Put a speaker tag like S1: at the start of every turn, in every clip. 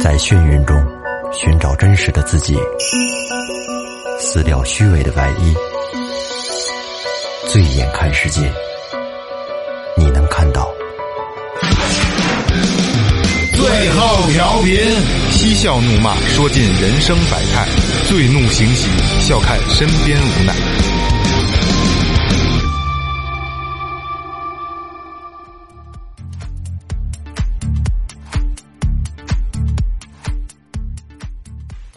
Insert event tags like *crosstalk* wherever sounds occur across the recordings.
S1: 在眩晕中寻找真实的自己，撕掉虚伪的外衣，醉眼看世界，你能看到。
S2: 最后调频，
S3: 嬉笑怒骂，说尽人生百态；醉怒行喜，笑看身边无奈。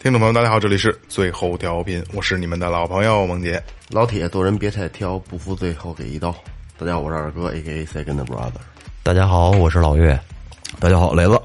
S3: 听众朋友，大家好，这里是最后调频，我是你们的老朋友萌杰。
S4: 老铁，做人别太挑，不服最后给一刀。大家好，我是二哥，A K A Second Brother。
S1: 大家好，我是老岳。
S5: 大家好，雷子，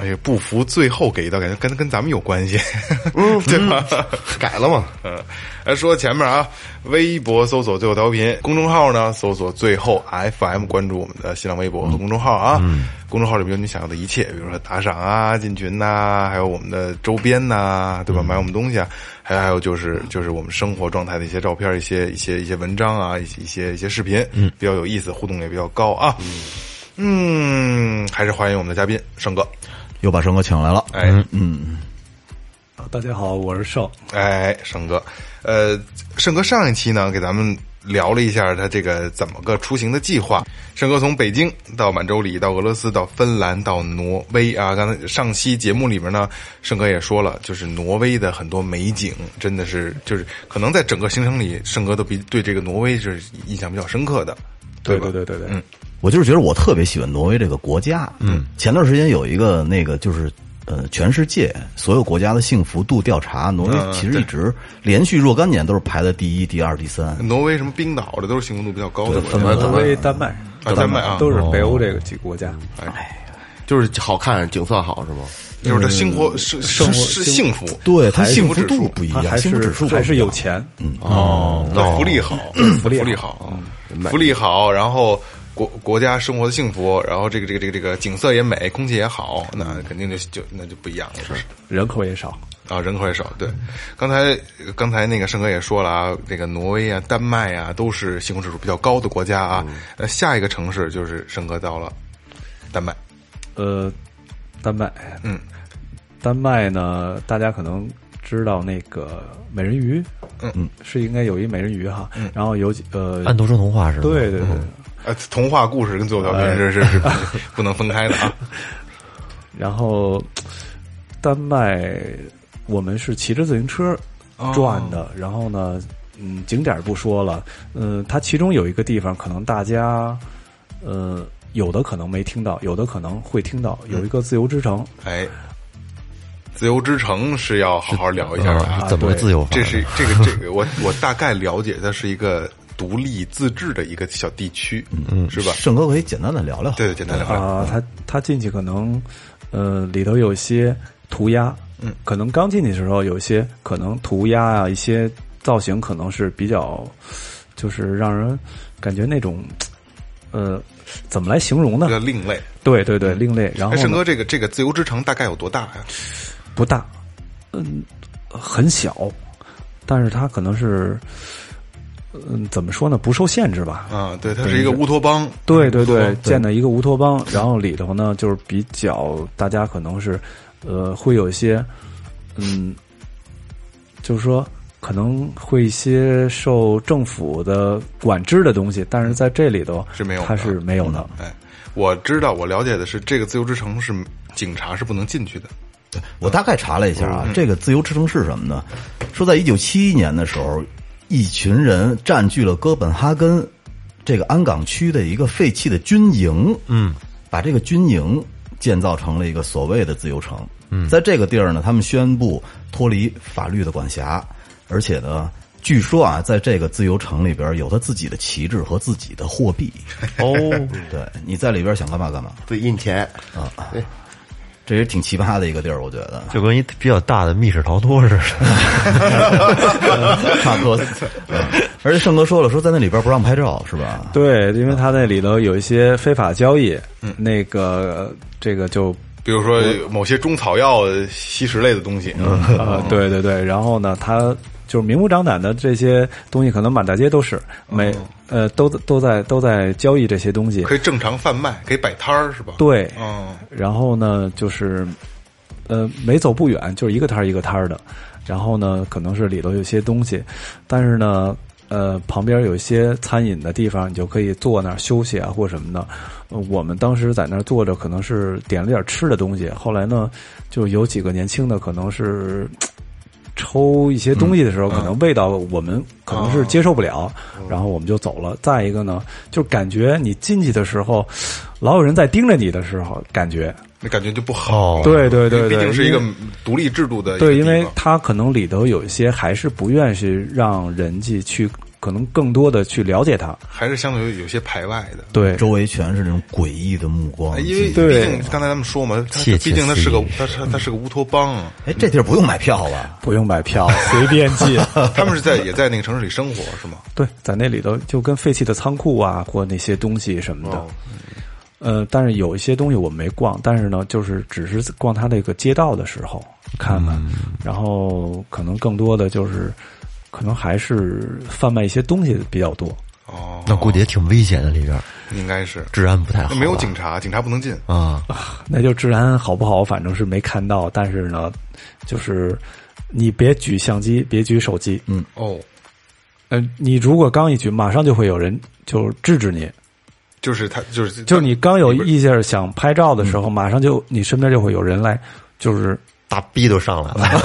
S3: 哎呀，不服最后给的感觉跟跟咱们有关系， *laughs* 对吧？
S4: 嗯 *laughs* 改了嘛？
S3: 嗯，来说前面啊，微博搜索最后调频，公众号呢搜索最后 FM，关注我们的新浪微博和公众号啊。
S4: 嗯
S3: 公众号里面有你想要的一切，比如说打赏啊、进群呐、还有我们的周边呐、对吧？
S4: 嗯
S3: 买我们东西啊，还有还有就是就是我们生活状态的一些照片、一些一些一些文章啊、一些一些一些视频，嗯，比较有意思，互动也比较高啊。嗯，还是欢迎我们的嘉宾盛哥，
S5: 又把生哥请来了。
S3: 哎，
S6: 大家好，我是盛。
S3: 哎，盛哥，呃，盛哥上一期呢给咱们聊了一下他这个怎么个出行的计划。盛哥从北京到满洲里，到俄罗斯，到芬兰，到挪威啊。刚才上期节目里面呢，盛哥也说了，就是挪威的很多美景真的是就是可能在整个行程里，盛哥都比对这个挪威是印象比较深刻的。
S6: 对
S3: 吧
S6: 对对对对，
S3: 嗯
S5: 我就是觉得我特别喜欢挪威这个国家。嗯，前段时间有一个那个就是呃，全世界所有国家的幸福度调查，挪威其实一直连续若干年都是排在第一、第二、第三。
S3: 挪威什么冰岛这都是幸福度比较高的国家
S6: 挪威、丹麦
S3: 啊丹麦啊
S6: 都是北欧这个几个国家。
S4: 就是好看，景色好是吗？
S3: 就是他生活是是是幸福，
S5: 对，它
S3: 还是
S5: 幸福
S3: 指数
S5: 度不一
S6: 它还
S5: 样，幸福
S6: 是
S5: 指数不一
S6: 还
S5: 样
S6: 是有钱，
S3: 哦，对福利好， *clears throat* 福
S6: 利好
S3: 利好，嗯福利好，然后国国家生活的幸福，然后这个这个这个这个景色也美，空气也好，那肯定就就那就不一样了，是
S6: 人口也少。
S3: 啊，人口也少。对，刚才刚才那个盛哥也说了啊，这个挪威啊、丹麦啊都是幸福指数比较高的国家啊。那下一个城市就是盛哥到了丹麦，
S6: 呃，丹麦，
S3: 嗯，
S6: 丹麦呢，大家可能知道那个美人鱼，
S3: 嗯
S6: 嗯，是应该有一美人鱼哈，然后有几呃，
S1: 安徒生童话是吗？嗯
S6: 对对对，
S3: 呃，童话故事跟最后调频 *laughs* 是是是不能分开的啊。
S6: 然后丹麦我们是骑着自行车转的，然后呢，嗯，景点儿不说了，嗯，它其中有一个地方可能大家，呃，有的可能没听到，有的可能会听到，有一个自由之城，
S3: 哎，自由之城是要好好聊一下的啊
S1: 啊，。怎么个
S6: 对
S1: 自由法呢？
S3: 这
S6: *laughs*
S3: 是这个这个，我我大概了解，它是一个独立自治的一个小地区，嗯，是吧？
S5: 盛哥可以简单的聊聊。
S3: 对，对，简单聊聊。
S6: 啊、他他进去可能，呃，里头有一些涂鸦，嗯，可能刚进去的时候有一些可能涂鸦啊，一些造型可能是比较，就是让人感觉那种，呃，怎么来形容
S3: 比
S6: 呢？
S3: 较另类。
S6: 对对对，另类。然后
S3: 哎，
S6: 呢
S3: 盛哥，这个这个自由之城大概有多大呀？
S6: 不大，嗯，很小，但是它可能是，嗯，怎么说呢？不受限制吧，
S3: 啊，对，它是一个乌托邦。
S6: 对对
S3: 乌托
S6: 对
S3: 邦，
S6: 建的一个乌托邦，然后里头呢就是比较大家可能是，呃，会有一些，嗯，就是说可能会一些受政府的管制的东西，但是在这里头
S3: 是没有的
S6: 它是没有的，
S3: 哎，我知道，我了解的是，这个自由之城是警察是不能进去的。
S5: 我大概查了一下啊，这个自由之城是什么呢？说在一九七一年的时候，一群人占据了哥本哈根这个安港区的一个废弃的军营，嗯，把这个军营建造成了一个所谓的自由城。嗯，在这个地儿呢，他们宣布脱离法律的管辖，而且呢。据说啊，在这个自由城里边有他自己的旗帜和自己的货币。哦， *laughs* 对，你在里边想干嘛干嘛，
S4: 自己印钱啊，对
S5: 这也挺奇葩的一个地儿，我觉得。
S1: 就跟一比较大的密室逃脱似的。
S5: *laughs* 差不多。而且盛哥说了，说在那里边不让拍照，是吧？
S6: 对，因为它那里头有一些非法交易，
S3: 嗯
S6: 那个呃这个就
S3: 比如说某些中草药、吸食类的东西，啊嗯
S6: 呃，对对对，然后呢，他就是明目张胆的这些东西，可能满大街都是，
S3: 嗯
S6: 每呃都都在都在交易这些东西
S3: 可。以正常贩卖，可以摆摊儿，是吧？，
S6: 对，
S3: 嗯，
S6: 然后呢，就是呃，每走不远就是一个摊儿一个摊儿的，然后呢，可能是里头有些东西，但是呢，呃，旁边有一些餐饮的地方，你就可以坐那儿休息啊，或什么的。呃我们当时在那儿坐着，可能是点了点吃的东西，后来呢，就有几个年轻的可能是。抽一些东西的时候，可能味道我们可能是接受不了，然后我们就走了。再一个呢，就感觉你进去的时候，老有人在盯着你的时候，感觉
S3: 那感觉就不好了。
S6: 哦对对对
S3: 因为
S6: 对
S3: 毕竟是一个
S6: 因为
S3: 独立制度的一个
S6: 对，因
S3: 地
S6: 为
S3: 方
S6: 他可能里头有一些还是不愿是让人际去，可能更多的去了解他。
S3: 还是相对有些排外的。
S6: 对，
S5: 周围全是那种诡异的目光。
S3: 啊哎因为毕
S6: 对
S3: 竟刚才咱们说嘛，它
S1: 窃窃
S3: 毕竟它是个
S1: 私语
S3: 它它它是个乌托邦啊，
S5: 哎，这地儿不用买票吧？
S6: 不用买票，随便 *laughs* 进。
S3: 他们是在也在那个城市里生活是吗？
S6: 对，在那里头就跟废弃的仓库啊，或那些东西什么的。呃，但是有一些东西我没逛，但是呢，就是只是逛它那个街道的时候看看，然后可能更多的就是，可能还是贩卖一些东西比较多。
S3: 哦，
S1: 那估计也挺危险的，里边儿
S3: 应该是
S1: 治安不太好啊
S3: 那
S1: 吧。
S3: 没有警察，警察不能进。
S1: 啊，
S6: 那就治安好不好，反正是没看到，但是呢，就是你别举相机，别举手机，嗯，
S3: 哦，
S6: 呃，你如果刚一举，马上就会有人就制止你，
S3: 就是他就是
S6: 就是你刚有
S3: 不是
S6: 意见想拍照的时
S3: 嗯
S6: 候，马上就你身边就会有人来，就是
S1: 大逼都上来了，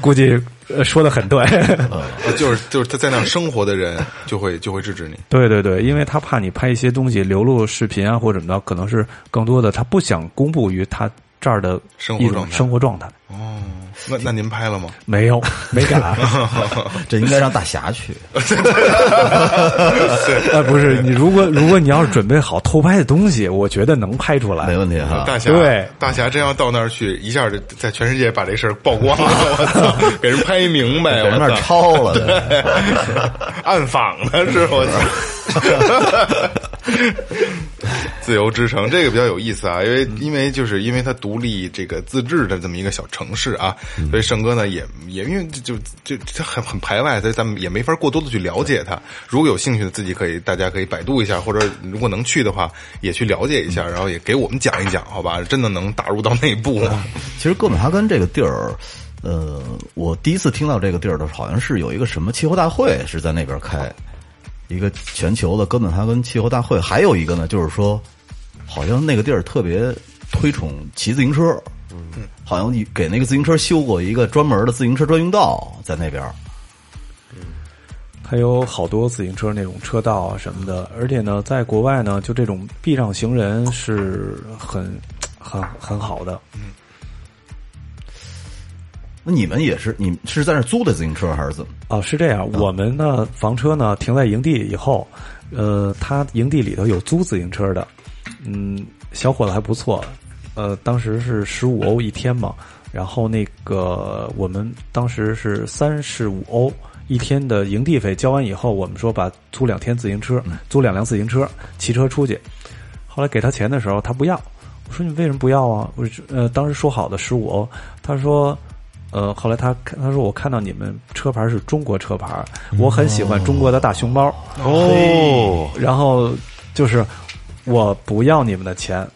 S6: 估计呃说的很对，
S3: *laughs* 啊 *laughs* 就是就是他在那儿生活的人就会就会制止你。
S6: 对对对，因为他怕你拍一些东西流露视频啊或者怎么着，可能是更多的他不想公布于他这儿的
S3: 生活
S6: 一种
S3: 状态
S6: 生活状态，
S3: 哦，那那您拍了吗？
S6: 没有没
S3: *laughs*
S6: 敢。
S5: 这应该让大侠去。
S6: 呃，不是你，如果如果你要是准备好偷拍的东西，我觉得能拍出来
S5: 没。问题哈。
S3: 大侠，
S6: 对
S3: 大侠真要到那儿去，一下就在全世界把这事儿曝光了，我操，给人拍明白，
S5: 在
S3: 我
S5: 那儿
S3: 操，
S5: 抄了，
S3: *laughs*
S5: 对
S3: 暗访的是我操。自由之城这个比较有意思啊，因为因为就是因为它独立这个自治的这么一个小城市啊，所以胜哥呢也也因为就就就他很很排外，所以咱们也没法过多的去了解他。如果有兴趣的，自己可以大家可以百度一下，或者如果能去的话，也去了解一下，然后也给我们讲一讲，好吧？真的能打入到内部啊吗？
S5: 其实哥本哈根这个地儿，呃，我第一次听到这个地儿的时候，好像是有一个什么气候大会是在那边开，一个全球的哥本哈根气候大会。还有一个呢，就是说，好像那个地儿特别推崇骑自行车，嗯，好像给那个自行车修过一个专门的自行车专用道在那边。
S6: 它有好多自行车那种车道啊什么的，而且呢，在国外呢，就这种避让行人是很很很好的。
S5: 那你们也是，你们是在那儿租的自行车还是怎么？
S6: 哦，是这样，我们呢房车呢停在营地以后，呃，他营地里头有租自行车的，嗯，小伙子还不错，呃，当时是十五欧一天嘛，然后那个我们当时是三十五欧。一天的营地费交完以后，我们说把租两天自行车，租两辆自行车，骑车出去。后来给他钱的时候，他不要。我说你为什么不要啊？我说呃，当时说好的十五欧，他说。呃，后来他看他说我看到你们车牌是中国车牌，我很喜欢中国的大熊猫哦。然后就是我不要你们的钱，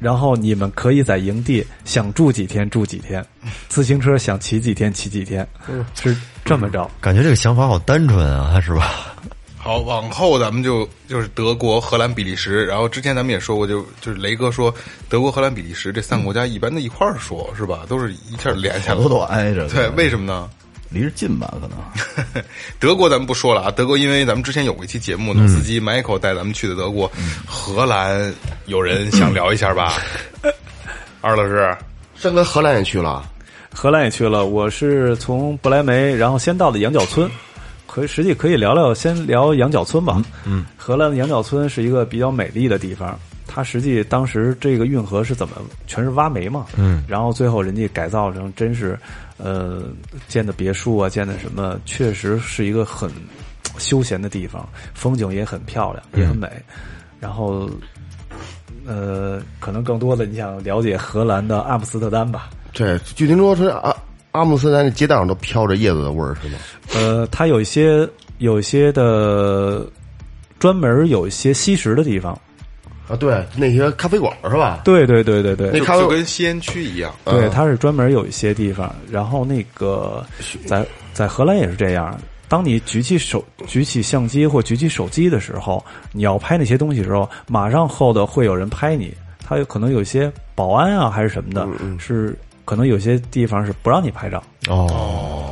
S6: 然后你们可以在营地想住几天住几天，自行车想骑几天骑几天，是这么着。
S1: 感觉这个想法好单纯啊，是吧？
S3: 好，往后咱们就就是德国、荷兰、比利时，然后之前咱们也说过就，就是雷哥说德国、荷兰、比利时这三个国家一般的一块儿说、是吧？都是一下连起来
S5: 好
S3: 了
S5: 多都挨着，
S3: 对，为什么呢？
S5: 离着近吧？可能
S3: 德国咱们不说了啊，德国因为咱们之前有过一期节目，老司机 Michael 带咱们去的德国，荷兰有人想聊一下吧？二老师，
S4: 上哥荷兰也去了，
S6: 荷兰也去了，我是从不来梅，然后先到的羊角村。可以实际可以聊聊，先聊羊角村吧。嗯，荷兰的羊角村是一个比较美丽的地方。它实际当时这个运河是怎么全是挖煤嘛？嗯，然后最后人家改造成真是，呃，建的别墅啊，建的什么，确实是一个很休闲的地方，风景也很漂亮，也很美。然后，呃，可能更多的你想了解荷兰的阿姆斯特丹吧？
S4: 对，据听说是阿阿姆斯特丹的街道上都飘着叶子的味儿，是吗？
S6: 呃，它有一些有一些的专门有一些吸食的地方，
S4: 啊，对，那些咖啡馆儿是吧？
S6: 对对对对对，
S4: 那
S3: 就
S4: 咖啡
S3: 就
S4: 馆
S3: 跟吸烟区一样，啊
S6: 对，它是专门有一些地方。然后那个在在荷兰也是这样，当你举起手、举起相机或举起手机的时候，你要拍那些东西的时候，马上后头会有人拍你。他有可能有一些保安啊，还是什么的，是可能有些地方是不让你拍照，
S5: 哦，哎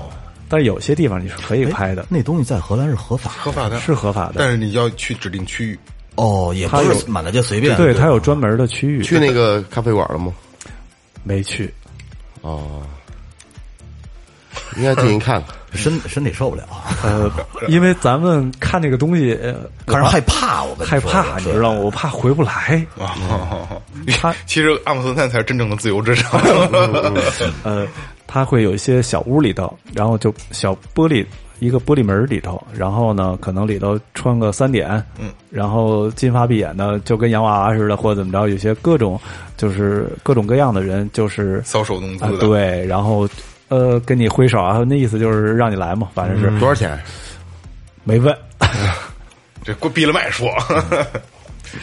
S6: 但有些地方你是可以 *laughs* 拍的，
S5: 那东西在荷兰是合法
S3: 合法的，
S6: 是合法
S3: 但
S6: 的。
S3: 是你要去指定区域。
S5: 哦，也不
S6: 它
S5: 是
S6: 有
S5: 满大街随便。
S6: 对，它有专门的区域。
S4: 去那个咖啡馆了吗？
S6: 没去，
S4: 哦，应该进去看
S1: *laughs*
S4: 看。
S5: 身身体受不了，啊
S6: 呃，因为咱们看这个东西，呃
S5: 看啊着害怕，我跟你
S6: 害
S5: 说
S6: 怕，你知道吗？我怕回不 *laughs* 来。
S3: 哦，
S6: 它
S3: 其实阿姆斯特丹才是真正的自由之城。 *laughs*
S6: 呃，它会有一些小屋里头，然后就小玻璃一个玻璃门里头，然后呢，可能里头穿个三点，嗯，然后金发碧眼的，就跟洋娃娃似的，或者怎么着，有些各种就是各种各样的人，就是
S3: 搔首弄
S6: 啊
S3: 姿、的，
S6: 对，然后呃，跟你挥手啊，那意思就是让你来嘛，反正
S1: 嗯
S6: 是、
S4: 多少钱？
S6: 没问。 *laughs*
S3: 这过闭了麦说。 *laughs*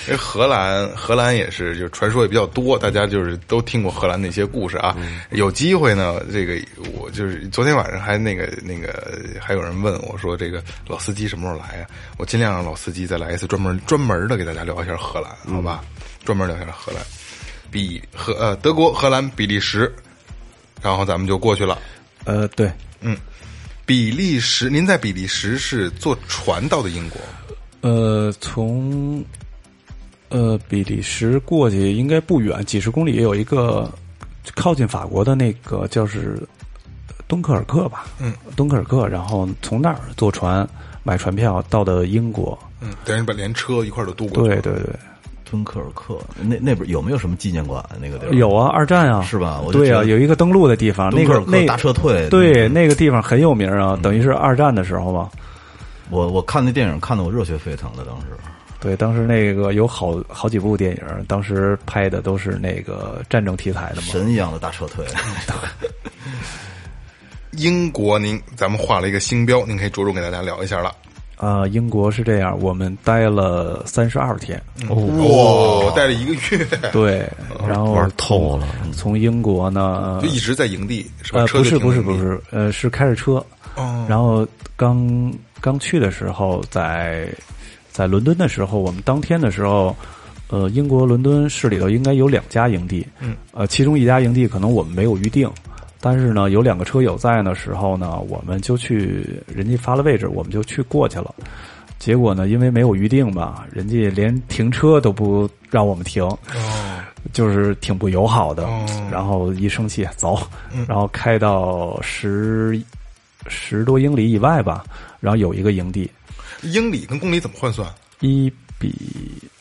S3: 因为荷兰，荷兰也是，就是传说也比较多，大家就是都听过荷兰的一些故事啊。有机会呢，这个我就是昨天晚上还那个那个，还有人问我说，这个老司机什么时候来啊？我尽量让老司机再来一次，专门专门的给大家聊一下荷兰，好吧？专门聊一下荷兰，比荷呃德国、荷兰、比利时，然后咱们就过去了。
S6: 呃，对，
S3: 比利时，您在比利时是坐船到的英国？
S6: 呃，从呃比利时过去应该不远，几十公里也有一个靠近法国的那个叫是敦刻尔克吧，嗯，敦刻尔克，然后从那儿坐船买船票到的英国，
S3: 嗯，等于把连车一块儿都渡过去。
S6: 对对对，
S5: 敦刻尔克那那边有没有什么纪念馆？那个地儿
S6: 有啊，二战啊，
S5: 是吧我就
S6: 对
S5: 觉
S6: 啊，
S5: 得
S6: 有一个登陆的地方，
S5: 敦
S6: 那
S5: 刻
S6: 个
S5: 尔克
S6: 那
S5: 大撤退。
S6: 对，那个地方很有名啊，
S5: 嗯
S6: 等于是二战的时候嘛，
S5: 我我看那电影看得我热血沸腾的，当时
S6: 对，当时那个有好好几部电影，当时拍的都是那个战争题材的嘛，
S5: 神一样的大撤退。
S3: 英国您，咱们画了一个星标，您可以着重给大家聊一下了。
S6: 呃，英国是这样，我们待了三十二天，
S3: 嗯哇、待了一个月， *laughs*
S6: 对，然后
S4: 玩
S1: 啊
S4: 透了
S6: 从。从英国呢，
S3: 就一直在营地，是吧？
S6: 呃，
S3: 车就
S6: 不
S3: 是停
S6: 不是
S3: 营地
S6: 不，是，呃，是开着车，
S3: 哦
S6: 然后刚刚去的时候在，在伦敦的时候，我们当天的时候，呃，英国伦敦市里头应该有两家营地，嗯，呃，其中一家营地可能我们没有预定，但是呢，有两个车友在的时候呢，我们就去人家发了位置，我们就去过去了。结果呢，因为没有预定吧，人家连停车都不让我们停，就是挺不友好的。
S3: 哦嗯
S6: 然后一生气走，然后开到十十多英里以外吧，然后有一个营地，
S3: 英里跟公里怎么换算？
S6: 一比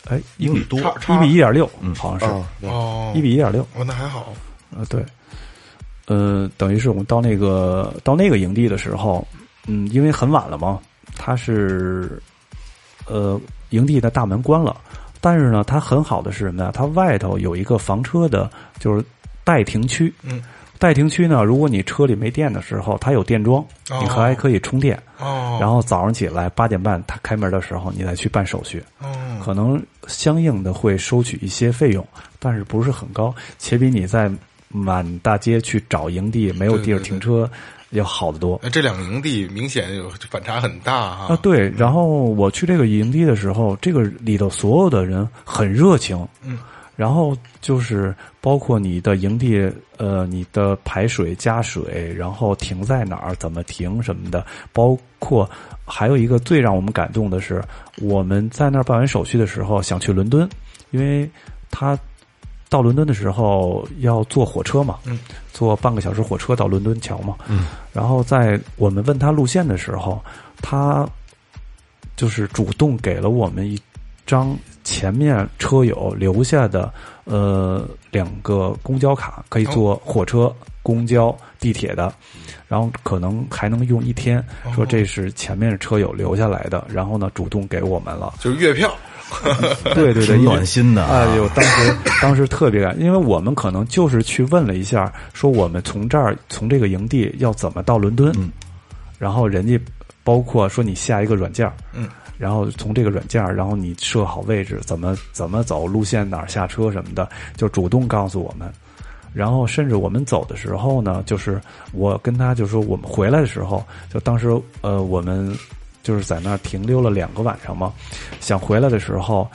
S6: 哎一
S5: 英里
S6: 比
S5: 多
S3: 差
S6: 一
S3: 差
S6: 比一点六，好像
S1: 嗯
S6: 是
S4: 啊
S3: 哦，
S6: 嗯一比一点六
S3: 哦，那还好。
S6: 啊，对，呃，等于是我们到那个到那个营地的时候，嗯，因为很晚了嘛，它是呃营地的大门关了，但是呢，它很好的是什么呢？它外头有一个房车的，就是待停区，
S3: 嗯，
S6: 待停区呢，如果你车里没电的时候，它有电桩，你还可以充电。
S3: 哦，
S6: 然后早上起来八点半，他开门的时候，你再去办手续，
S3: 哦，
S6: 可能相应的会收取一些费用，但是不是很高，且比你在满大街去找营地没有地
S3: 对对
S6: 儿
S3: 对
S6: 停车要好得多
S3: 那哎这两个营地明显有反差很大哈、
S6: 啊。对，然后我去这个营地的时候，这个里头所有的人很热情，
S3: 嗯，
S6: 然后就是包括你的营地，呃，你的排水、加水，然后停在哪儿、怎么停什么的，包括还有一个最让我们感动的是，我们在那儿办完手续的时候想去伦敦，因为他到伦敦的时候要坐火车嘛，
S3: 嗯，
S6: 坐半个小时火车到伦敦桥嘛，嗯，然后在我们问他路线的时候，他就是主动给了我们一张前面车友留下的呃两个公交卡，可以坐火车、公交、地铁的，然后可能还能用一天。说这是前面车友留下来的，然后呢主动给我们了。
S3: 就是月票，
S6: *laughs* 对对对，
S5: 挺
S6: 因为
S5: 暖心的啊
S6: 哎呦，当
S5: *laughs*
S6: 时当时特别感，因为我们可能就是去问了一下，
S5: 嗯
S6: 说我们从这儿从这个营地要怎么到伦敦，然后人家。包括说你下一个软件，嗯，然后从这个软件，然后你设好位置，怎么怎么走，路线哪儿下车什么的，就主动告诉我们。然后甚至我们走的时候呢，就是我跟他就说我们回来的时候，就当时呃我们就是在那儿停留了两个晚上嘛，想回来的时候，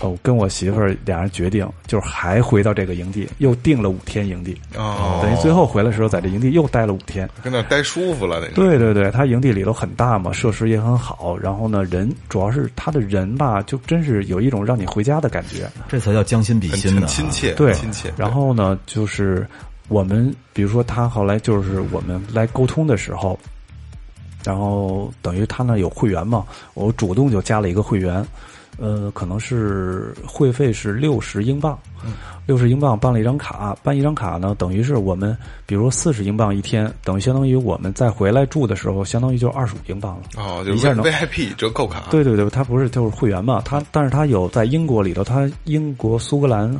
S6: 呃我跟我媳妇儿俩人决定就是还回到这个营地，又定了五天营地，
S3: 哦
S6: 等于最后回来的时候在这营地又待了五天。
S3: 跟那儿待舒服了，那个
S6: 对对对，他营地里头很大嘛，设施也很好，然后呢人主要是他的人吧，就真是有一种让你回家的感觉。
S5: 这才叫将心比
S3: 很
S5: 心呢、啊
S3: 很亲切，
S6: 对，
S3: 亲切。
S6: 然后呢，就是我们，比如说他后来就是我们来沟通的时候，然后等于他那有会员嘛，我主动就加了一个会员，呃，可能是会费是六十英镑，六十英镑办了一张卡，办一张卡呢，等于是我们比如四十英镑一天，等于相当于我们再回来住的时候，相当于就二十五英镑了。
S3: 哦，就
S6: 一
S3: 是
S6: 下
S3: V
S6: 能
S3: VIP 折扣卡，
S6: 对对对，他不是就是会员嘛，他但是他有在英国里头，他英国苏格兰，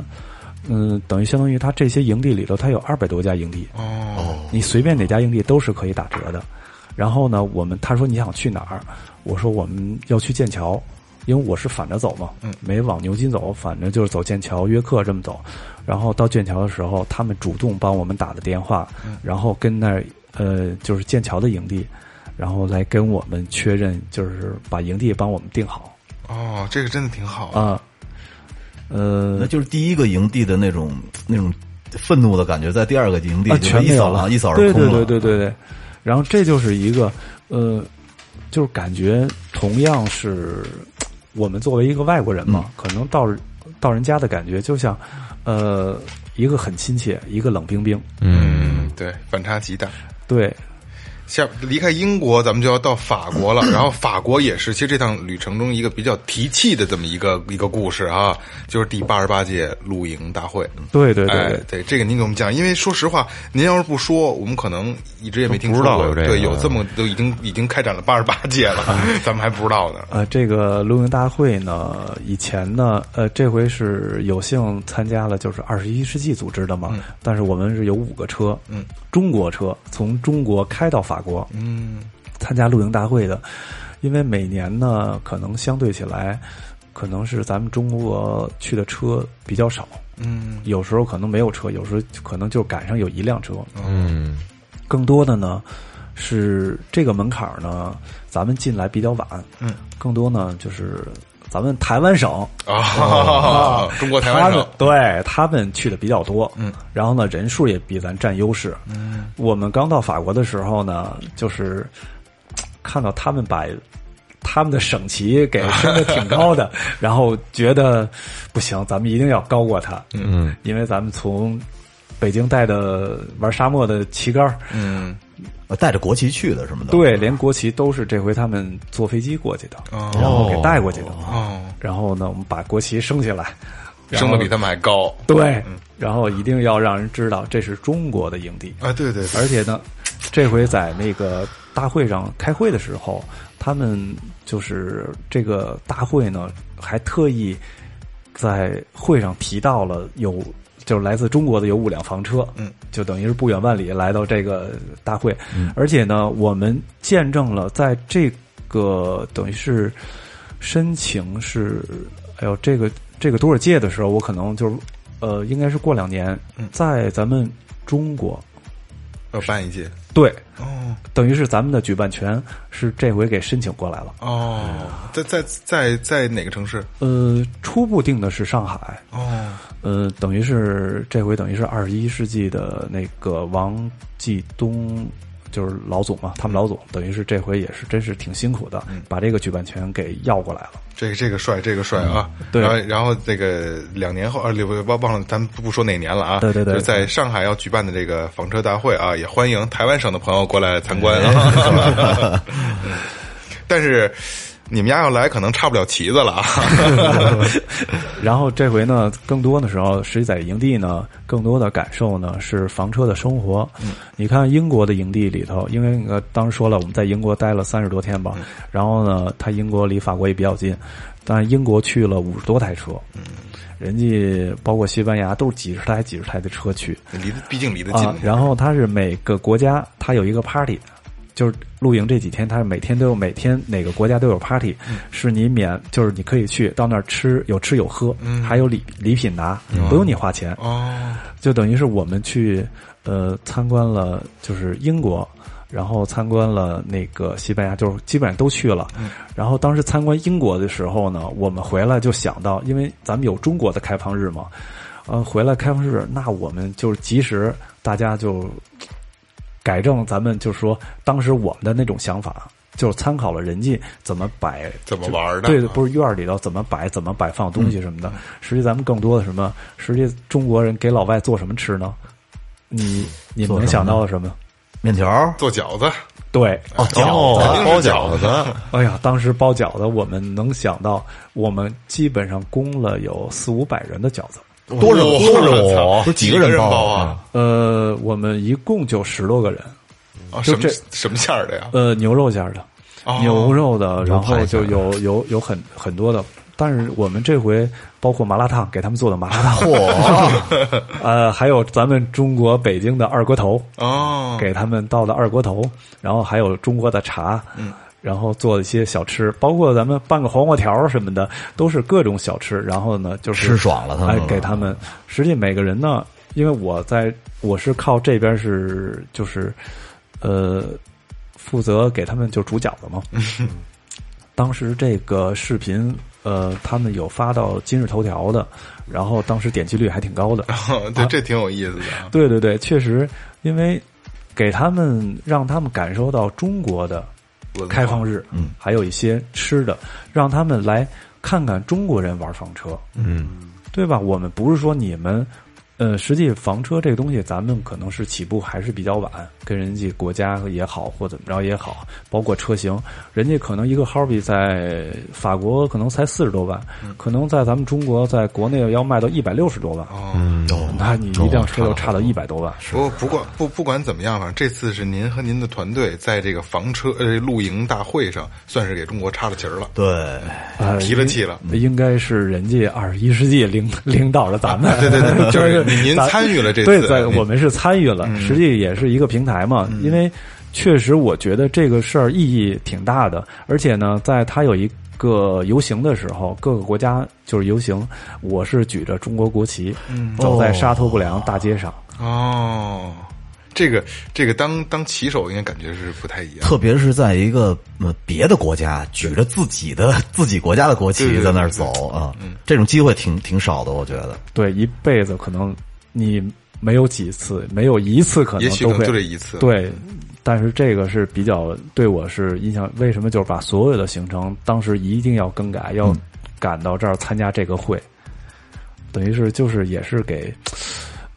S6: 嗯、等于相当于他这些营地里头，他有二百多家营地，
S3: 哦，
S6: 你随便哪家营地都是可以打折的。然后呢，我们他说你想去哪儿，我说我们要去剑桥，因为我是反着走嘛，没往牛津走，反正就是走剑桥、约克这么走。然后到剑桥的时候，他们主动帮我们打的电话，然后跟那儿呃就是剑桥的营地，然后来跟我们确认，就是把营地帮我们定好
S3: 哦，这个真的挺好的。
S6: 啊。呃，
S5: 那就是第一个营地的那种那种愤怒的感觉，在第二个营地
S6: 啊，
S5: 就
S6: 全
S5: 一
S6: 没有
S5: 扫
S6: 了，
S5: 一扫而
S6: 对
S5: 空
S6: 对
S5: 了。
S6: 对对对对。然后这就是一个，呃，就是感觉同样是我们作为一个外国人嘛，可能到到人家的感觉，就像呃一个很亲切，一个冷冰冰。
S3: 嗯，对，反差极大。
S6: 对，
S3: 下离开英国，咱们就要到法国了。然后法国也是，其实这趟旅程中一个比较提气的这么一个一个故事啊，就是第八十八届露营大会。
S6: 对对对
S3: 哎
S6: 对，，
S3: 对，这个您给我们讲，因为说实话，您要是不说，我们可能一直也没听说
S7: 不知道
S3: 过
S7: 有这个
S3: 对，有这么都已经已经开展了八十八届了，咱们还不知道呢。
S6: 呃，这个露营大会呢，以前呢，呃，这回是有幸参加了，就是二十一世纪组织的嘛。但是我们是有五个车，嗯，中国车从中国开到法国，
S3: 嗯，
S6: 参加露营大会的，因为每年呢，可能相对起来，可能是咱们中国去的车比较少，
S3: 嗯，
S6: 有时候可能没有车，有时候可能就赶上有一辆车，
S7: 嗯，
S6: 更多的呢是这个门槛儿呢，咱们进来比较晚，
S3: 嗯，
S6: 更多呢就是咱们台湾省
S3: 啊， *laughs* 中国台
S6: 他
S3: 湾
S6: 们
S3: 省，
S6: 对他们去的比较多，嗯，然后呢，人数也比咱占优势，嗯，我们刚到法国的时候呢，就是嘖看到他们把他们的省旗给升的挺高
S3: *laughs*
S6: 的，然后觉得不行，咱们一定要高过他，嗯，因为咱们从北京带的玩沙漠的旗杆儿，
S3: 嗯，
S5: 呃带着国旗去的什么的。
S6: 对，连国旗都是这回他们坐飞机过去的，然后给带过去的，
S3: 嗯哦，
S6: 然后呢，我们把国旗升起来。然
S3: 升
S6: 后
S3: 的比他们还高
S6: 对，然后一定要让人知道这是中国的营地。
S3: 啊！对对对，
S6: 而且呢，这回在那个大会上开会的时候，他们就是这个大会呢，还特意在会上提到了有。就是来自中国的有五辆房车，嗯，就等于是不远万里来到这个大会，而且呢，我们见证了在这个等于是申请是，哎呦，这个这个多少届的时候，我可能就是呃，应该是过两年，在咱们中国
S3: 要办一届
S6: 对，
S3: 哦
S6: 等于是咱们的举办权是这回给申请过来了。
S3: 哦，在在在在哪个城市？
S6: 呃，初步定的是上海，
S3: 哦，
S6: 呃，等于是这回等于是二十一世纪的那个王继东，就是老总嘛，他们老总等于是这回也是真是挺辛苦的，把这个举办权给要过来了。
S3: 这个这个帅，这个帅啊！
S6: 对
S3: 然后然后这个两年后，啊，六忘忘了，咱们不说哪年了啊。
S6: 对对对
S3: 就是在上海要举办的这个房车大会啊，也欢迎台湾省的朋友过来参观 *laughs* 啊。嗯但是你们家要来，可能插不了旗子了啊。 *laughs*
S6: 然后这回呢，更多的时候，实际在营地呢，更多的感受呢是房车的生活。你看英国的营地里头，因为呃，当时说了，我们在英国待了三十多天吧，然后呢，它英国离法国也比较近，但是英国去了五十多台车，人家包括西班牙都是几十台、几十台的车去啊
S3: 离得毕竟离得近
S6: 啊。，然后它是每个国家它有一个 party。就是露营这几天，它每天都有每天哪个国家都有 party，、是你免就是你可以去到那儿吃，有吃有喝，还有礼礼品拿，不用你花钱，
S3: 哦，
S6: 就等于是我们去呃参观了，就是英国。然后参观了那个西班牙，就是基本上都去了。然后当时参观英国的时候呢，我们回来就想到，因为咱们有中国的开放日嘛，呃，回来开放日，那我们就是及时大家就改正咱们就是说当时我们的那种想法，就是参考了人家怎么摆
S3: 怎么玩的？
S6: 对的，不是嗯院儿里头怎么摆、怎么摆放东西什么的。实际咱们更多的什么？实际中国人给老外做什么吃呢？你你们
S5: 做什么
S6: 能
S5: 呢
S6: 想到的什么？
S5: 面条儿
S3: 做饺子，
S6: 对，
S1: 哦，饺子
S3: 肯定是
S1: 包
S3: 饺
S1: 饺
S3: 子
S1: 子，
S6: 哎呀，当时包饺子，我们能想到，我们基本上供了有四五百人的饺子。
S5: 多少
S3: 哇
S5: 多少
S3: 我
S5: 我
S3: 操
S5: 都
S3: 几
S5: 几个人
S3: 人
S5: 包啊
S3: 啊？
S6: 呃，我们一共就十多个人，
S3: 啊，什
S6: 就
S3: 么
S6: 这
S3: 什么馅儿的呀？
S6: 呃，牛肉馅儿的，
S3: 哦
S6: 牛肉的，然后
S1: 排馅
S6: 就
S1: 儿的
S6: 有有有很很多的。但是我们这回包括麻辣烫，给他们做的麻辣烫， *laughs* 呃，还有咱们中国北京的二锅头，
S3: 哦，
S6: 给他们倒的二锅头，然后还有中国的茶，嗯，然后做一些小吃，包括咱们拌个黄瓜条什么的，都是各种小吃。然后呢，就是
S5: 吃爽了他们啊
S6: 哎，给他们。实际每个人呢，因为我在我是靠这边是就是呃负责给他们就煮饺子嘛。当时这个视频。呃，他们有发到今日头条的，然后当时点击率还挺高的，
S3: *laughs* 对，这挺有意思的啊。
S6: 对对对，确实，因为给他们让他们感受到中国的
S3: 文化
S6: 开放日，嗯，还有一些吃的，让他们来看看中国人玩房车，
S1: 嗯，
S6: 对吧？我们不是说你们，呃，实际房车这个东西，咱们可能是起步还是比较晚，跟人家国家也好，或怎么着也好，包括车型，人家可能一个 Harvey 在法国可能才四十多万，
S3: 嗯
S6: 可能在咱们中国在国内要卖到一百六十多万，那你一辆车就差到一百多万，
S3: 哦不过不过不不管怎么样，反正这次是您和您的团队在这个房车呃露营大会上，算是给中国插了旗儿了，
S5: 对，
S6: 呃
S3: 提了气了。
S6: 应该是人家二十一世纪领 *laughs* 领导了咱们，
S3: 啊对
S6: *laughs*
S3: 对对就是
S6: 咱
S3: 您参与了这次
S6: 对，在
S3: 您
S6: 我们是参与
S3: 嗯
S6: 了，实际也是一个平台嘛，因为确实我觉得这个事儿意义挺大的，而且呢，在它有一个游行的时候，各个国家就是游行，我是举着中国国旗，
S3: 嗯
S6: 走在沙头不良大街上，
S3: 哦，这个这个当当骑手应该感觉是不太一样。
S5: 特别是在一个呃别的国家举着自己的自己国家的国
S3: 对对
S5: 旗
S3: 对嗯
S5: 在那儿走啊，这种机会挺挺少的，我觉得。
S6: 对，一辈子可能你没有几次，没有一次可能
S3: 也许
S6: 都
S3: 可能
S6: 会
S3: 就这一次。，
S6: 对，但是这个是比较对我是印象，为什么就是把所有的行程当时一定要更改，要赶到这儿参加这个会，等于是就是也是给。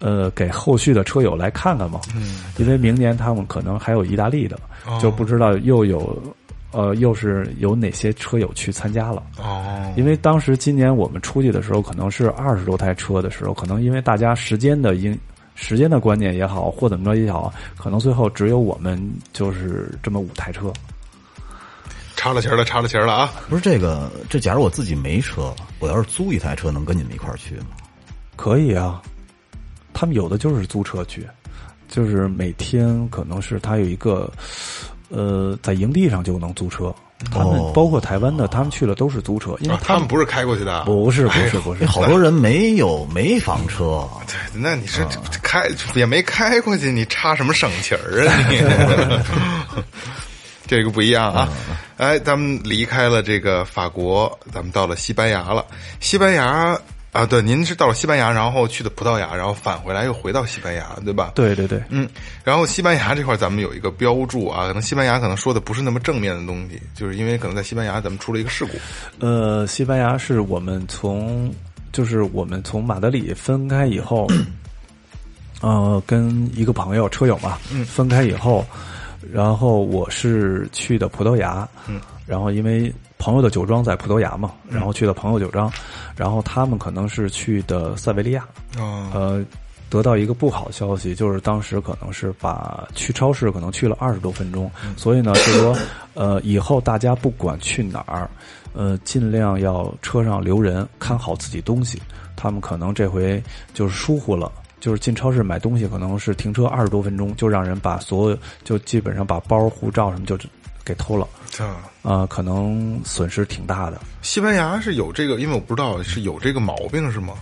S6: 呃，给后续的车友来看看嘛，嗯，因为明年他们可能还有意大利的，
S3: 哦
S6: 就不知道又有，呃，又是有哪些车友去参加了。
S3: 哦，
S6: 因为当时今年我们出去的时候，可能是二十多台车的时候，可能因为大家时间的因时间的观念也好，或怎么着也好，可能最后只有我们就是这么五台车。
S3: 插了旗儿了，插了旗儿了啊！
S5: 不是这个，这假如我自己没车，我要是租一台车，能跟你们一块儿去吗？
S6: 可以啊，他们有的就是租车去，就是每天可能是他有一个，呃，在营地上就能租车。他们
S5: 哦
S6: 包括台湾的，他们去了都是租车，因为
S3: 啊，他们不是开过去的啊，
S6: 不是不是不是
S5: 这，好多人没有没房车，啊
S3: 对，那你是这这开也没开过去，你插什么省旗儿啊你？ *laughs* 这个不一样啊！哎，咱们离开了这个法国，咱们到了西班牙了。西班牙啊，对，您是到了西班牙，然后去的葡萄牙，然后返回来又回到西班牙，对吧？
S6: 对对对，
S3: 嗯，然后西班牙这块儿咱们有一个标注啊，可能西班牙可能说的不是那么正面的东西，就是因为可能在西班牙咱们出了一个事故。
S6: 呃，西班牙是我们从就是我们从马德里分开以后，呃，跟一个朋友车友嘛，分开以后，然后我是去的葡萄牙，然后因为朋友的酒庄在葡萄牙嘛，然后去的朋友酒庄，然后他们可能是去的塞维利亚，
S3: 哦，
S6: 呃。得到一个不好消息，就是当时可能是把去超市可能去了二十多分钟，所以呢，就说呃，以后大家不管去哪儿，呃，尽量要车上留人，看好自己东西。他们可能这回就是疏忽了，就是进超市买东西，可能是停车二十多分钟，就让人把所有就基本上把包、护照什么就给偷了，
S3: 操
S6: 啊、可能损失挺大的。
S3: 西班牙是有这个，因为我不知道是有这个毛病是吗？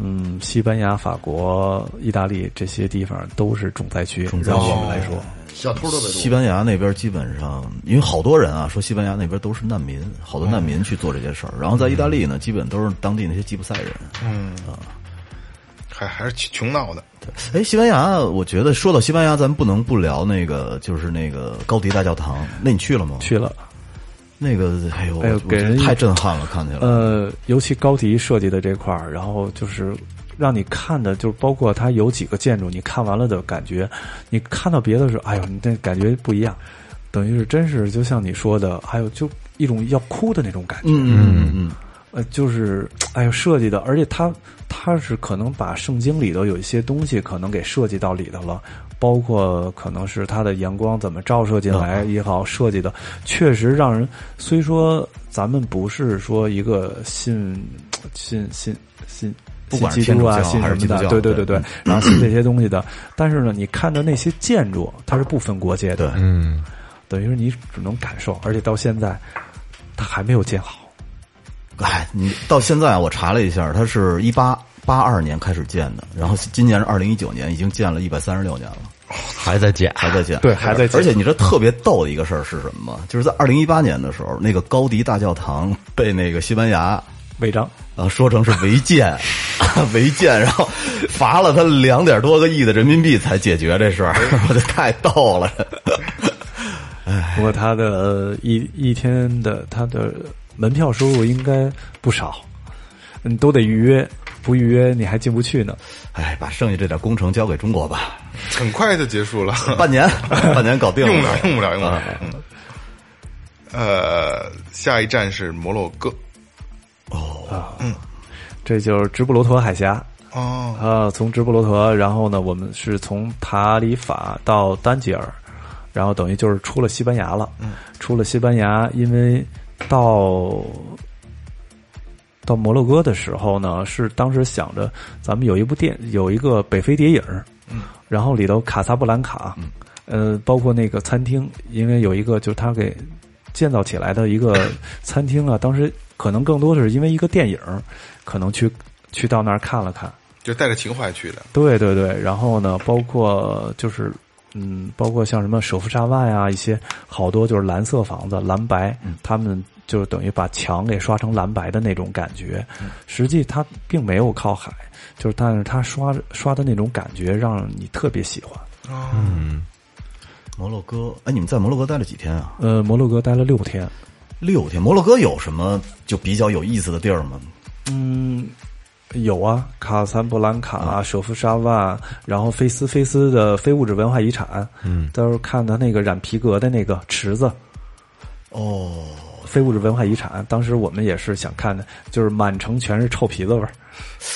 S6: 嗯，西班牙、法国、意大利这些地方都是重灾区，
S5: 灾区哦
S6: 让我们来说，
S4: 小偷都
S5: 西班牙那边基本上，因为好多人啊说西班牙那边都是难民，好多难民
S3: 嗯
S5: 去做这件事儿。然后在意大利呢，基本都是当地那些吉普赛人。
S3: 还还是穷闹的，
S5: 哎，西班牙，我觉得说到西班牙，咱们不能不聊那个，就是那个高迪大教堂。那你去了吗？
S6: 去了。
S5: 那个，哎呦，
S6: 哎呦
S5: 我
S6: 给人
S5: 我太震撼了，看起来。
S6: 呃，尤其高迪设计的这块儿，然后就是让你看的，就是包括它有几个建筑，你看完了的感觉，你看到别的时候，哎呦，你那感觉不一样，等于是真是就像你说的，还有就一种要哭的那种感觉，
S5: 嗯嗯嗯，
S6: 呃，就是哎呦设计的，而且它它是可能把圣经里头有一些东西可能给设计到里头了，包括可能是它的阳光怎么照射进
S5: 嗯
S6: 来也好，设计的确实让人虽说咱们不是说一个信信信信。
S5: 不
S6: 信
S5: 管是
S6: 基督啊，
S5: 天主教
S6: 信
S5: 还
S6: 什么
S5: 是基
S6: 的，
S5: 督教
S6: 对对对
S5: 对
S6: 对，然后信这些东西的。但是呢，你看到那些建筑，它是不分国界的，
S5: 对
S7: 嗯，
S6: 等于是你只能感受，而且到现在，它还没有建好。
S5: 哎，你到现在我查了一下，它是一八八二年开始建的，然后今年是二零一九年，已经建了一百三十六年了。
S7: 还在减，
S5: 还在建，
S6: 对还在建
S5: 而且你知道特别逗的一个事儿是什么吗？就是在二零一八年的时候，那个高迪大教堂被那个西班牙
S6: 违章，
S5: 啊，说成是违
S6: *laughs*
S5: 建，违建，然后罚了他两点多个亿的人民币才解决这事儿， *laughs* 我这太逗了。 *laughs*
S6: *laughs* 不过他的呃一一天的他的门票收入应该不少，你都得预约，不预约你还进不去呢。
S5: 哎，把剩下这点工程交给中国吧，
S3: 很快就结束了，
S5: 半年 *laughs* 半年搞
S3: *laughs*
S5: 定
S3: 用不
S5: 了
S3: 了，。用不了，用不了。嗯呃，下一站是摩洛哥。
S6: 这就是直布罗陀海峡
S3: 哦，
S6: 啊、从直布罗陀，然后呢，我们是从塔里法到丹吉尔，然后等于就是出了西班牙了。出了西班牙，因为到到摩洛哥的时候呢，是当时想着咱们有一部电有一个北非谍影，嗯，然后里头卡萨布兰卡，嗯，呃，包括那个餐厅，因为有一个就是他给建造起来的一个餐厅啊，当时可能更多的是因为一个电影，可能去去到那儿看了看，
S3: 就带着情怀去的。
S6: 对对对，然后呢，包括就是嗯，包括像什么舍夫沙万啊，一些好多就是蓝色房子，蓝白，他们就是等于把墙给刷成蓝白的那种感觉。实际它并没有靠海，就是但是它刷刷的那种感觉让你特别喜欢。
S5: 摩洛哥，哎，你们在摩洛哥待了几天啊？
S6: 呃，摩洛哥待了六天，
S5: 六天。摩洛哥有什么就比较有意思的地儿吗？
S6: 嗯，有啊，卡萨布兰卡、舍夫沙万，然后菲斯菲斯的非物质文化遗产，嗯，到时候看他那个染皮革的那个池子，
S5: 哦，
S6: 非物质文化遗产。当时我们也是想看的，就是满城全是臭皮子味儿，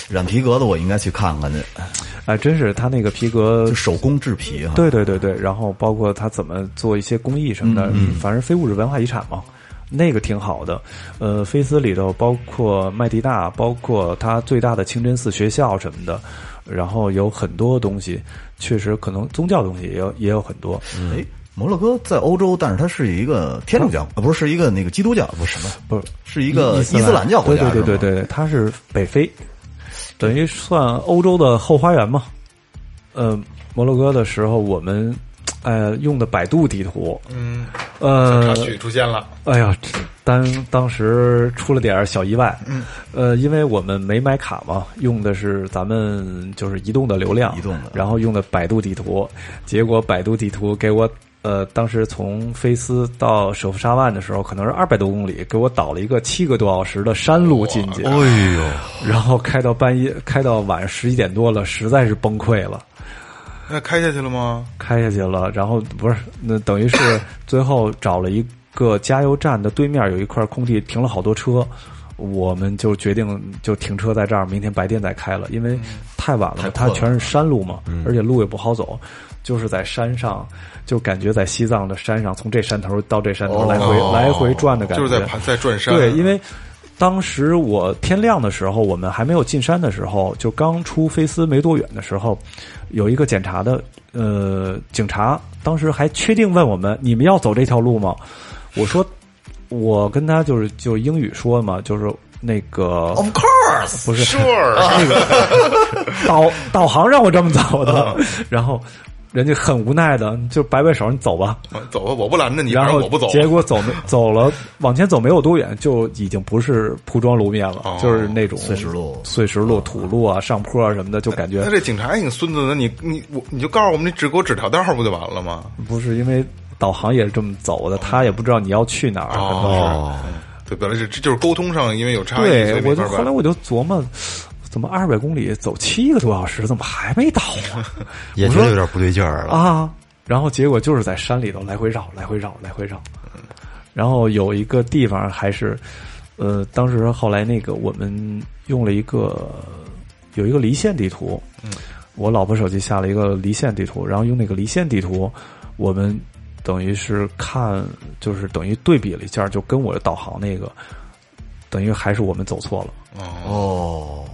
S5: 染皮革的我应该去看看去，
S6: 哎，真是他那个皮革
S5: 就。手工制皮哈。
S6: 对对对对，然后包括他怎么做一些工艺什么的，
S5: 嗯
S6: 反正非物质文化遗产嘛，那个挺好的。呃，菲斯里头包括麦地那，包括它最大的清真寺学校什么的，然后有很多东西，确实可能宗教东西也有也有很多。
S5: 哎，摩洛哥在欧洲，但是它是一个天主教，啊、不是是一个那个基督教，不是什么，
S6: 不是
S5: 是一个伊斯兰教国家，
S6: 对对对
S5: 是吗
S6: 对对，它是北非，等于算欧洲的后花园嘛。呃，摩洛哥的时候，我们呃用的百度地图，
S3: 嗯，
S6: 呃
S3: 插，曲出现了。
S6: 哎呀，当当时出了点儿小意外，嗯，呃，因为我们没买卡嘛，用的是咱们就是移动的流量，
S5: 移动的
S6: 然后用的百度地图，结果百度地图给我。呃，当时从菲斯到舍夫沙万的时候，可能是二百多公里，给我导了一个七个多小时的山路进去，
S7: 哎呦，
S6: 然后开到半夜，开到晚上十一点多了，实在是崩溃了。
S3: 那开下去了吗？
S6: 开下去了，然后不是那等于 *laughs* 是最后找了一个加油站的对面有一块空地，停了好多车，我们就决定就停车在这儿，明天白天再开了，因为嗯太晚了，嗯它全是山路嘛，而且路也不好走。就是在山上，就感觉在西哦藏的山上，从这山头到这山头来回、来回转的感
S3: 哦就
S6: 觉，
S3: 是在爬在转山。
S6: 对，因为当时我天亮的时候，我们还没有进山的时候，就刚出菲斯没多远的时候，有一个检查的呃警察，当时还确定问我们：“你们要走这条路吗？”我说：“我跟他就是就英语说嘛，就是那个
S3: 哦
S5: Of course，
S6: 不是 *laughs* 啊
S3: sure，
S6: 导导航让我这么走的。”
S3: 嗯
S6: 然后人家很无奈的就摆摆手：“你走吧。”
S3: 走吧，我不拦着你，
S6: 然
S3: 反正
S6: 后
S3: 我不走。
S6: 结果走没走了，往前走没有多远，就已经不是铺装路面了，
S3: 哦
S6: 就是那种
S5: 碎石路
S6: 碎石路、土路啊、上坡啊什么的，就感觉
S3: 那这警察也挺孙子的，你你我你就告诉我们，你只给我指条道儿不就完了吗？
S6: 不是因为导航也是这么走的，他也不知道你要去哪儿。可能
S3: 哦，对，本来是这就是沟通上因为有差异，所
S6: 对
S3: 以，没
S6: 我就
S3: 法
S6: 后来
S3: 办。
S6: 我就琢磨，怎么二百公里走七个多小时，怎么还没到啊？
S1: 也
S6: 我
S1: 觉
S6: 说
S1: 得有点不对劲儿了。
S6: 啊，然后结果就是在山里头来回绕，来回绕，来回绕。然后有一个地方还是，呃，当时后来那个我们用了一个有一个离线地图，
S5: 嗯
S6: 我老婆手机下了一个离线地图，然后用那个离线地图，我们等于是看就是等于对比了一下，就跟我的导航那个，等于还是我们走错了，
S5: 哦，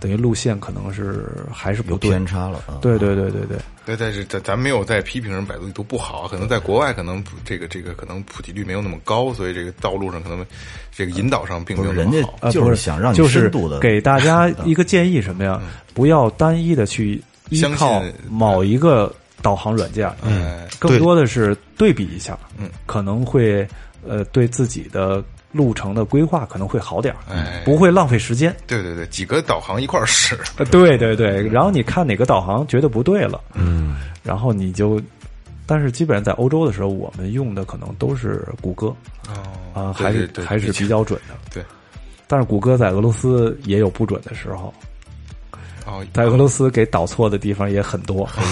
S6: 等于路线可能是还是不
S5: 有
S6: 对。
S5: 偏差了啊。
S6: 对对对对对，
S3: 对，但是咱咱没有在批评人百度地图不好，啊可能在国外可能普这个这个可能普及率没有那么高，所以这个道路上可能这个引导上并没
S5: 不
S3: 有
S5: 是
S3: 那
S5: 人
S3: 么
S5: 家
S3: 好。
S6: 啊，
S5: 就
S6: 不
S5: 是
S6: 是
S5: 想让你
S6: 就是
S5: 深度的
S6: 给大家一个建议，什么呀？不要单一的去
S3: 嗯
S6: 依
S3: 相信
S6: 靠某一个导航软件，
S3: 嗯，
S6: 更多的是对比一下，
S3: 嗯，
S6: 可能会呃对自己的路程的规划可能会好点儿，
S3: 哎
S6: 嗯不会浪费时间。
S3: 对对对，几个导航一块儿使，
S6: 呃，对对对，然后你看哪个导航觉得不对了，嗯，然后你就，但是基本上在欧洲的时候，我们用的可能都是谷歌啊，
S3: 对
S6: 还是
S3: 对对
S6: 还是比较准的。
S3: 对，
S6: 但是谷歌在俄罗斯也有不准的时候，
S3: 哦，
S6: 在俄罗斯给导错的地方也很多。
S3: 哎
S6: *laughs*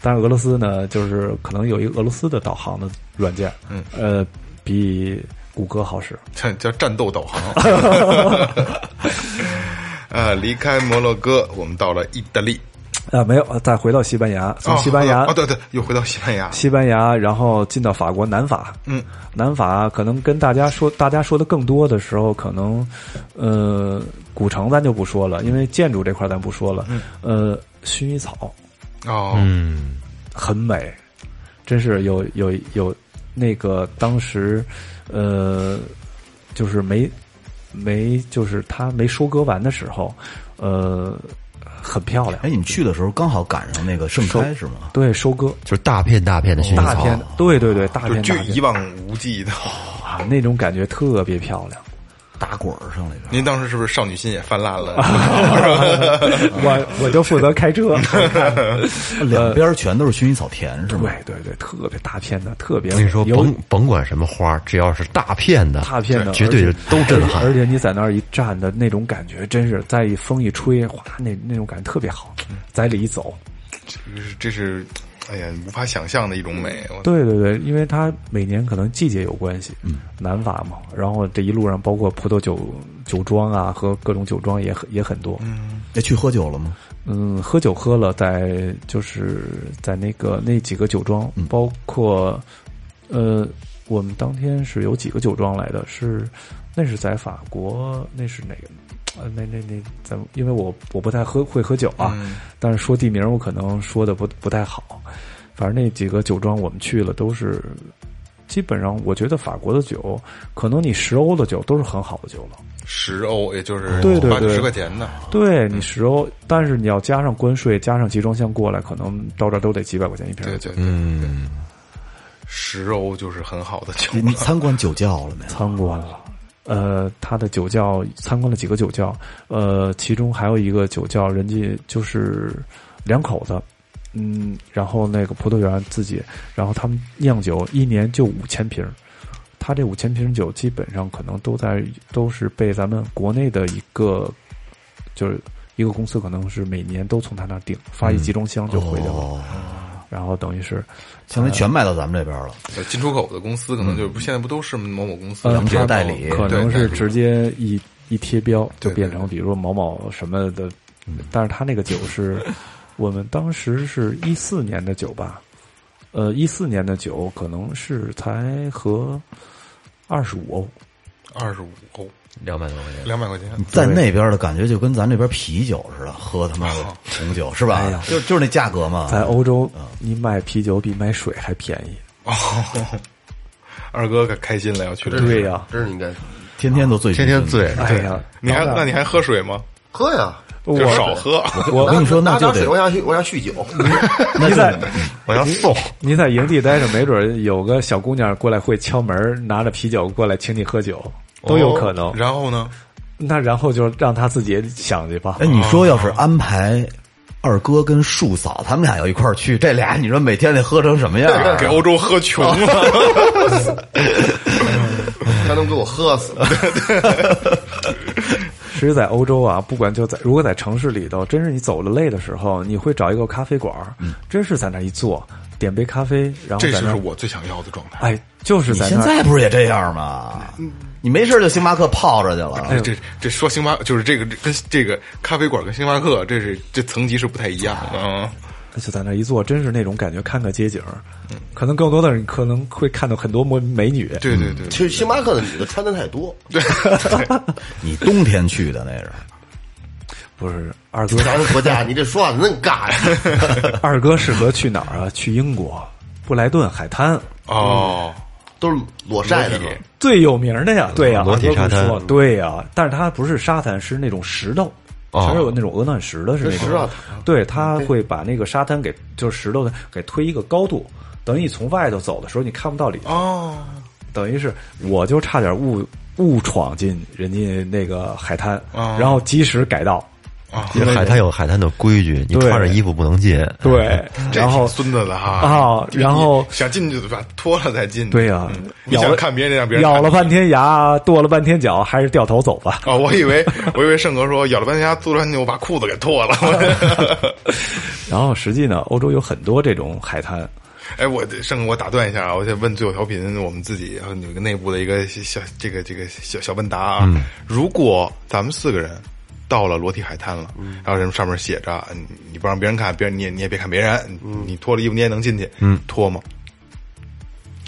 S6: 但是俄罗斯呢，就是可能有一个俄罗斯的导航的软件，
S3: 嗯，
S6: 呃，比谷歌好使。
S3: 这叫战斗导
S6: *laughs*
S3: 航。呃，离开摩洛哥，我们到了意大利。
S6: 啊、没有，呃再回到西班牙，从
S3: 哦
S6: 西班牙，
S3: 哦，对对，又回到西班牙。
S6: 西班牙，然后进到法国南法，
S3: 嗯，
S6: 南法可能跟大家说，大家说的更多的时候，可能，呃，古城咱就不说了，因为建筑这块咱不说了，
S3: 嗯
S6: 呃，薰衣草
S3: 哦，
S1: 嗯，
S6: 很美，真是有有有那个当时，呃，就是没没就是他没收割完的时候，呃，很漂亮
S5: 哎，，你们去的时候刚好赶上那个盛开是吗？
S6: 对，收割
S1: 就是大片大片的薰衣
S6: 大片
S1: 草，，
S6: 对对对，大
S3: 就是
S6: 片
S3: 巨
S6: 大
S3: 一
S6: 片
S3: 望无际的。
S6: 啊，那种感觉特别漂亮。
S5: 打滚儿上来着。
S3: 您当时是不是少女心也泛滥了？
S6: 我我就负责开车。
S5: 两边全都是薰衣草田是吗？
S6: 对对对，特别大片的，特别
S1: 我跟你说，
S6: 有
S1: 甭甭管什么花，只要是大片的，
S6: 大片的，
S1: 绝对
S6: 而
S1: 是
S6: 且
S1: 都震撼
S6: 而。且你在那儿一站的那种感觉，真是再一风一吹，哗，那那种感觉特别好。
S1: 嗯
S6: 在里一走，
S3: 这是这是，哎呀，无法想象的一种美。我
S6: 对对对，因为它每年可能季节有关系，
S1: 嗯
S6: 南法嘛，然后这一路上包括葡萄酒酒庄啊和各种酒庄也很也很多。
S5: 哎，去喝酒了吗？
S6: 嗯，喝酒喝了，在就是在那个那几个酒庄，包括呃，我们当天是有几个酒庄来的，是那是在法国，那是哪个？呃，那那那，咱们因为我我不太喝会喝酒
S3: 嗯
S6: 啊，但是说地名我可能说的不不太好。反正那几个酒庄我们去了，都是基本上我觉得法国的酒，可能你十欧的酒都是很好的酒了。
S3: 十欧，也就是
S6: 对对
S3: 八九
S6: 对
S3: 十块钱的。
S6: 对你十欧，但是你要加上关税，加上集装箱过来，可能到这儿都得几百块钱一瓶
S3: 对
S6: 儿酒。
S3: 对对，嗯，十欧就是很好的酒了。
S5: 你参观酒窖了没？
S6: 参观了，呃，他的酒窖参观了几个酒窖，呃，其中还有一个酒窖，人家就是两口子，嗯，然后那个葡萄园自己，然后他们酿酒一年就五千瓶儿，他这五千瓶酒基本上可能都在都是被咱们国内的一个就是一个公司可能是每年都从他那儿订发一集装箱就回去了，
S5: 哦，
S6: 然后等于是呃
S5: 相当于全卖到咱们这边了。
S3: 呃进出口的公司可能就不现在不都是某某公司
S6: 嗯呃
S3: 他们
S5: 这
S3: 某
S5: 代理
S6: 可能
S3: 对
S6: 是
S3: 代理
S6: 直接一一贴标就
S3: 对
S6: 变
S3: 对嗯
S6: 成，比如说某某什么的，但是他那个酒
S3: *laughs*
S6: 是，我们当时是一四年的酒吧，呃，一四年的酒可能是才和二十五欧，
S3: 二十五欧，
S7: 两百多块钱，
S3: 两百块钱，
S6: 嗯
S5: 在那边的感觉就跟咱这边啤酒似的，喝他妈的红酒是吧？就就是那价格
S3: 啊
S5: 嘛。
S6: 在欧洲，你买啤酒比买水还便宜。
S3: 哦二哥可开心了，要去这
S6: 对呀，
S4: 真是应该
S5: 天天都醉，
S7: 天天。醉。
S6: 哎呀，
S3: 你还那你还喝水吗？
S4: 喝呀。
S6: 我
S3: 就少喝，
S5: 我跟你说，
S4: 拿
S5: 那就
S4: 拿水，我
S5: 得
S4: 想去，我想酗
S1: *laughs*
S4: 酒。
S5: 那
S6: 你
S5: 就
S6: 在
S5: 得
S3: 我要送。
S6: 你在营地待着，没准儿有个小姑娘过来会敲门，拿着啤酒过来请你喝酒，都有可能。
S3: 哦然后呢？
S6: 那然后就让她自己想去
S3: *laughs*
S6: 吧
S5: 哎，。你说要是安排二哥跟树嫂他们俩要一块儿去，这俩你说每天得喝成什么样啊？
S3: *laughs* 给欧洲喝穷了，
S4: 他能给我喝死。
S6: 其实，在欧洲啊，不管就在如果在城市里头，真是你走了累的时候，你会找一个咖啡馆儿，真是在那儿一坐，点杯咖啡，然后
S3: 嗯这
S6: 在那
S3: 是
S6: 儿，
S3: 我最想要的状态。
S6: 哎，就是
S5: 你
S6: 在
S5: 现
S6: 那儿。
S5: 在不是也这样吗？你没事就星巴克泡着去
S6: 哎
S5: 了，
S3: 啊这这说星巴就是这个这跟这个咖啡馆跟星巴克，这是这层级是不太一样的。嗯，
S6: 哎就在那儿一坐，真是那种感觉，看个街景儿，
S3: 嗯
S6: 可能更多的人可能会看到很多美美女，
S3: 对对对，
S4: 其实星巴克的女的穿的太多，
S5: 你冬天去的那是。
S6: 不是二哥，
S4: 咱们国家，你这说话怎么那么尬呀？
S6: 二哥适合去哪儿啊？去英国布莱顿海滩
S3: 哦，
S4: 都是裸晒的
S3: 裸体
S6: 最有名的呀，对呀，
S7: 裸体
S6: 二哥不
S7: 沙滩
S6: 说对呀，但是它不是沙滩，是那种石头。
S7: 哦
S6: 全是有那种鹅卵石的，是那种
S4: 石
S3: 啊
S4: 头
S6: 对，它会把那个沙滩给就是石头的给推一个高度，等于你从外头走的时候，你看不到里头。
S3: 哦，
S6: 等于是我就差点误误闯进人家那个海滩，
S3: 哦
S6: 然后及时改道。
S7: 因为海滩有海滩的规矩，你
S6: 对
S7: 穿着衣服不能进。哎
S6: 对，
S3: 嗯这
S6: 然后
S3: 挺孙子的哈
S6: 啊然后
S3: 你想进去就把脱了再进去。
S6: 对呀
S3: 嗯你
S6: 咬了
S3: 想看别人让别人
S6: 咬了
S3: 看
S6: 半天牙，跺了半天脚，还是掉头走吧。 *laughs*
S3: 哦，我以为我以为盛哥说咬了半天牙，突然就把裤子给脱
S6: *laughs*
S3: 了。
S6: 然后实际呢，欧洲有很多这种海滩，
S3: 哎，我盛哥，我打断一下啊，我想问最后调频，我们自己呃有一个内部的一个小这个这个小小问答啊，如果咱们四个人。到了裸体海滩了，
S4: 嗯
S3: 还有什么上面写着你你不让别人看，别人你也你也别看别人，
S4: 嗯
S3: 你脱了衣服你也能进去，嗯，脱吗？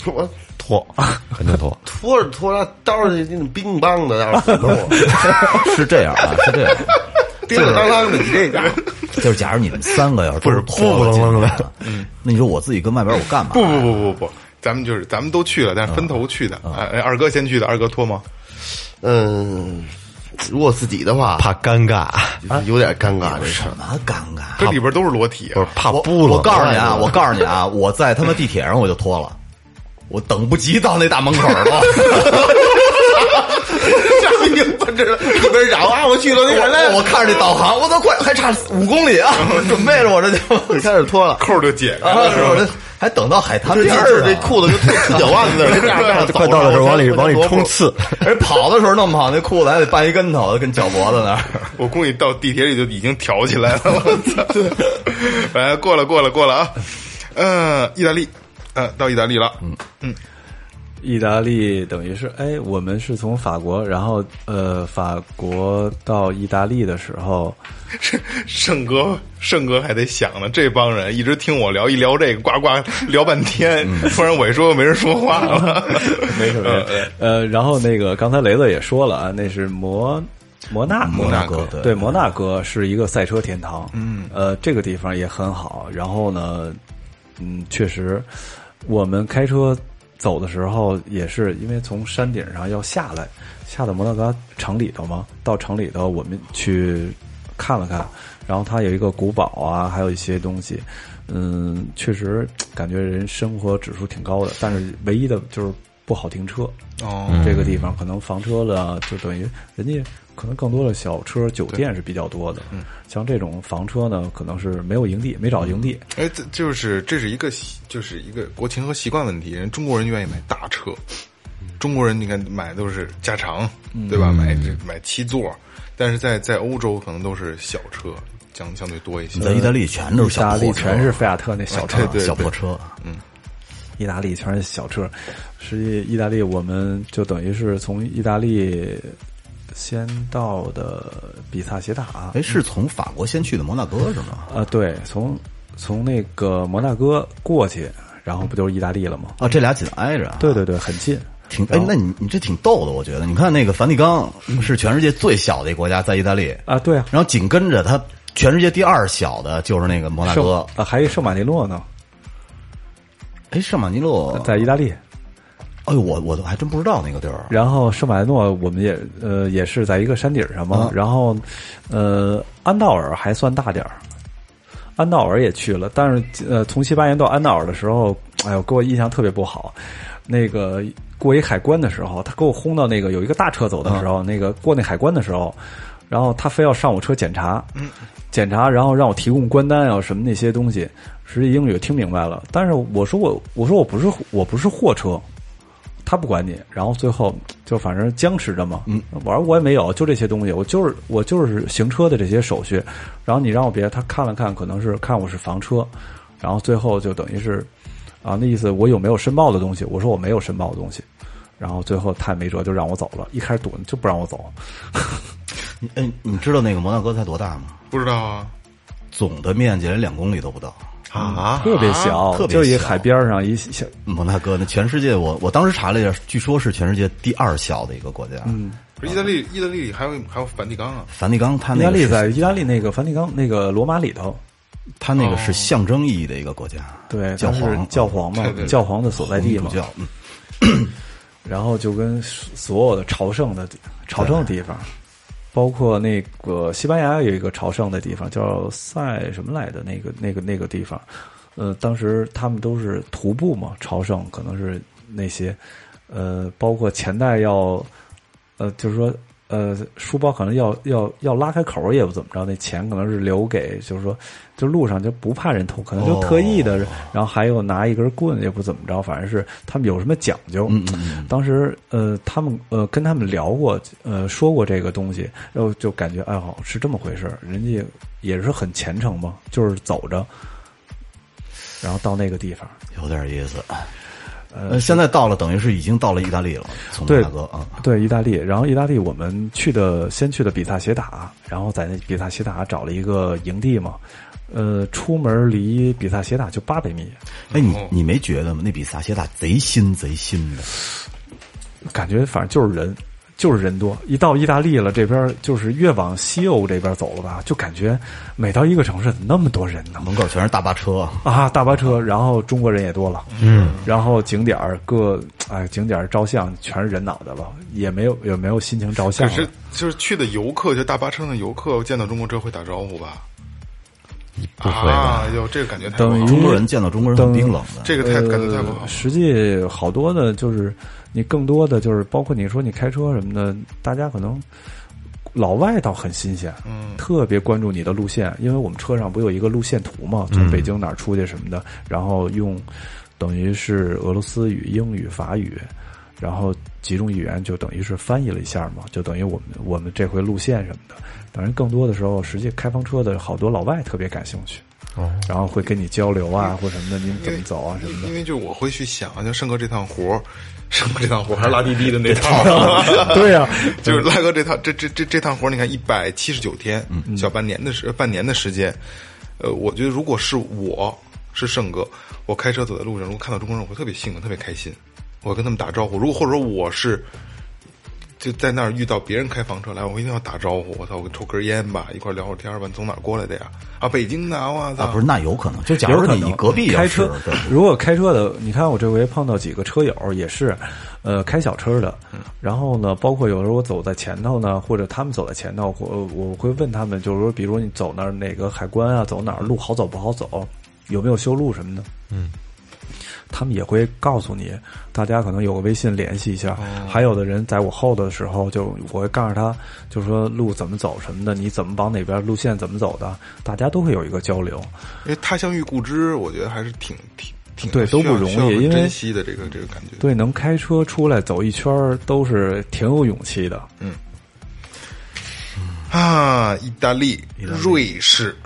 S4: 我
S7: 脱，肯定脱。
S4: 拖着拖着，到时候那种冰棒的，到时候弄我。
S5: *laughs* 是这样啊，是这样。
S4: 叮叮当当的，你这个
S5: 就是假如你们三个要是不是
S7: 不
S5: 破
S7: 不不不
S5: 了的，那你说我自己跟外边我干嘛？
S3: *laughs* 不不不不不，咱们就是咱们都去了，但是分头去的，啊，哎二哥先去的，二哥脱吗？
S4: 嗯，如果自己的话，
S7: 怕尴尬，
S4: 有点尴尬这事儿。
S5: 什么尴尬？
S3: 这里边都是裸体
S7: 不
S3: 啊
S7: 是，怕
S4: 我
S7: 不冷。哎
S5: 我告诉你啊，
S4: 我
S5: 我告诉你啊，我在他妈地铁上我就脱了，我等不及到那大门口了。
S4: 吓一跳，这一边嚷啊，我去了，那来，
S5: 我看着这导航，我都快还差五公里啊，准备着我这就
S4: *laughs* 开始脱了。
S3: 扣儿就解开
S5: 啊，
S3: 了，
S5: 我这还等到海滩
S4: 这
S5: 边
S4: 劲
S5: 儿啊
S4: 儿，
S5: 呢
S4: 这裤子跟腿脚腕子那儿这样这样走着，
S7: 快到的时候往里
S4: 我先
S7: 往里
S4: 我先
S7: 冲刺，
S5: 人跑的时候弄不好那裤子还得绊一跟头，跟脚脖子那儿。
S3: *laughs* 我估计到地铁里就已经挑起来了。我 *laughs* 操！来，过了，过了，过了啊！呃，意大利，呃，到意大利了。嗯，
S6: 意大利等于是，哎，我们是从法国，然后呃，法国到意大利的时候，
S3: 盛哥，盛哥还得想呢，这帮人一直听我聊一聊这个，呱呱聊半天，突然我一说没人说话了。嗯 *laughs*
S6: 没什么，呃，然后那个刚才雷子也说了啊，那是摩摩纳摩
S3: 纳哥
S6: 对摩纳哥是一个赛车天堂，嗯，呃，这个地方也很好。然后呢，嗯，确实，我们开车走的时候也是因为从山顶上要下来，下到摩纳哥城里头嘛，到城里头我们去看了看，然后它有一个古堡啊，还有一些东西。嗯，确实感觉人生活指数挺高的，但是唯一的就是不好停车。
S3: 哦，
S6: 这个地方可能房车了，就等于人家可能更多的小车、酒店是比较多的。像这种房车呢，可能是没有营地，没找营地。
S3: 哎，这就是这是一个习就是一个国情和习惯问题。人中国人愿意买大车，中国人你看买都是加长，对吧？买这买七座，但是在在欧洲可能都是小车，相相对多一些。
S5: 在意大利全都是
S6: 意
S5: 嗯小
S6: 大利
S5: 破车，
S6: 全是菲亚特那小车，
S3: 对
S5: 小破车。
S6: 意大利全是小车。实际意大利我们就等于是从意大利先到的比萨斜塔，
S5: 哎，是从法国先去的摩纳哥是吗？
S6: 啊，对，从从那个摩纳哥过去，然后不就是意大利了吗？
S5: 啊，这俩紧挨着啊。
S6: 对对对，很近。
S5: 挺哎，那你你这挺逗的，我觉得。你看那个梵蒂冈是全世界最小的一个国家，在意大利，
S6: 啊，对啊，
S5: 然后紧跟着它全世界第二小的就是那个摩纳
S6: 圣
S5: 哥。
S6: 啊还有圣马力诺呢，
S5: 哎，圣马尼诺，
S6: 呃在意大利。
S5: 哎呦，我我都还真不知道那个地儿。啊
S6: 然后圣马力诺，我们也呃也是在一个山顶上嘛。然后，呃，安道尔还算大点儿，安道尔也去了，但是呃，从西班牙到安道尔的时候，哎呦，给我印象特别不好。那个过一海关的时候，他给我轰到那个有一个大车走的时候，那个过那海关的时候，然后他非要上我车检查，检查，然后让我提供关单啊什么那些东西，实际英语听明白了，但是我说我我说我不是我不是货车。他不管你，然后最后就反正僵持着嘛。嗯，玩我也没有，就这些东西，我就是我就是行车的这些手续。然后你让我别，他看了看，可能是看我是房车，然后最后就等于是，啊，那意思我有没有申报的东西？我说我没有申报的东西。然后最后他也没辙，就让我走了。一开始躲就不让我走，
S5: 你哎，你知道那个摩纳哥才多大吗？
S3: 不知道啊
S5: 总的面积连两公里都不到。
S3: 啊，
S6: 特别小，
S5: 特别
S6: 就是一
S5: 小
S6: 海边上一小
S5: 摩纳哥那全世界我，我当时查了一下，据说是全世界第二小的一个国家。嗯，
S3: 不是意大利，意大利里还有还有梵蒂冈啊，
S5: 梵蒂冈它
S6: 意
S5: 那
S6: 大
S5: 个
S6: 利
S5: 是
S6: 在意大利那个梵蒂冈那个罗马里头，
S5: 它那个是象征意义的一个国家，
S6: 哦对，
S5: 教
S6: 它是
S5: 皇嗯
S6: 教皇嘛
S3: 对对，对
S6: 教皇的所在地
S5: 主
S6: 嘛，
S5: 教。嗯
S6: 然后就跟所有的朝圣的朝圣的地方，包括那个西班牙有一个朝圣的地方叫塞什么来的那个那个那个地方，呃，当时他们都是徒步嘛，朝圣可能是那些，呃，包括前代要，呃，就是说。呃，书包可能要要要拉开口儿也不怎么着，那钱可能是留给，就是说，就路上就不怕人偷，可能就特意的，然后还有拿一根棍也不怎么着，反正是他们有什么讲究。嗯嗯当时呃，他们呃跟他们聊过，呃说过这个东西，然后就感觉哎好是这么回事儿，人家也是很虔诚嘛，就是走着，然后到那个地方，
S5: 有点意思。呃，现在到了，等于是已经到了意大利了，从摩
S6: 对
S5: 纳哥啊，
S6: 对，意大利。然后意大利我们去的先去的比萨斜塔，然后在那比萨斜塔找了一个营地嘛，呃，出门离比萨斜塔就八百米，
S5: 哎，你
S6: 哦
S5: 你没觉得吗？那比萨斜塔贼新贼新的，
S6: 感觉反正就是人，就是人多。一到意大利了，这边就是越往西欧这边走了吧，就感觉每到一个城市怎么那么多人呢？
S5: 门口全是大巴车，
S6: 啊，大巴车，然后中国人也多了，嗯，然后景点儿各哎景点儿照相全是人脑袋了，也没有也没有心情照相
S3: 可
S6: 了。
S3: 是就是去的游客，就大巴车上的游客，见到中国车会打招呼吧？
S7: 不会吧？
S3: 啊，哟，这个感觉太不
S6: 等
S3: 好
S6: 于呃
S3: 了，
S5: 中国人见到中国人很
S6: 等
S5: 冰冷的。
S3: 这个太感觉太不好了。
S6: 实际好多的就是你更多的就是包括你说你开车什么的，大家可能老外倒很新鲜，嗯，特别关注你的路线，因为我们车上不有一个路线图嘛，从北京哪儿出去什么的，然后用等于是俄罗斯语、英语、法语。然后几种语言就等于是翻译了一下嘛，就等于我们我们这回路线什么的。当然，更多的时候，实际开房车的好多老外特别感兴趣，哦，然后会跟你交流啊，或什么的，你们怎么走啊什么的。
S3: 因为就我会去想，就盛哥这趟活儿，盛哥这趟活儿还是拉滴滴的那趟，
S6: 对啊呀、
S3: *laughs* 就是拉哥这趟这这这这趟活儿，你看一百七十九天，
S6: 嗯
S3: 小半年的时半年的时间，呃，我觉得如果是我是盛哥，我开车走在路上，如果看到中国人，我会特别兴奋，特别开心，我会跟他们打招呼。如果或者说我是就在那儿遇到别人开房车来，我一定要打招呼。我操，我抽根烟吧，一块儿聊会儿天儿吧。你从哪儿过来的呀？啊，北京的啊，我操、
S5: 啊，不是，那有可能。就假
S6: 有
S5: 如
S6: 可
S5: 你
S6: 能
S5: 隔壁要
S6: 开
S5: 是
S6: 车
S5: 对，
S6: 如果开车的，你看我这回碰到几个车友也是，呃，开小车的，
S5: 嗯
S6: 然后呢，包括有时候我走在前头呢，或者他们走在前头，或我会问他们，就是说，比如你走那儿哪个海关啊，走哪儿路好走不好走，有没有修路什么的，嗯。他们也会告诉你，大家可能有个微信联系一
S5: 哦
S6: 下。还有的人在我后头的时候，就我会告诉他，就说路怎么走什么的，你怎么往哪边，路线怎么走的，大家都会有一个交流。
S3: 因为他乡遇故知，我觉得还是挺挺挺
S6: 对都
S3: 需要
S6: 不容易
S3: 需要
S6: 因为
S3: 珍惜的这个这个感觉。
S6: 对，能开车出来走一圈儿都是挺有勇气的。
S3: 啊，意大利、瑞士、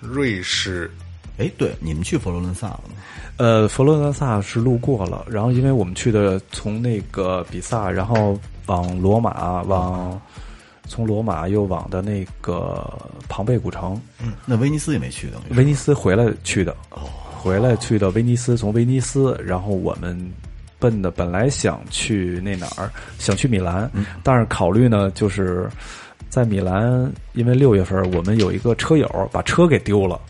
S3: 瑞士，
S5: 哎，对，你们去佛罗伦萨了吗？
S6: 呃，佛罗伦萨是路过了，然后因为我们去的从那个比萨，然后往罗马，往从罗马又往的那个庞贝古城，
S5: 那威尼斯也没去，等于是
S6: 威尼斯回来去的，回来去的威尼斯，从威尼斯，然后我们奔的，本来想去那哪儿，想去米兰，但是考虑呢，就是在米兰，因为六月份我们有一个车友把车给丢了，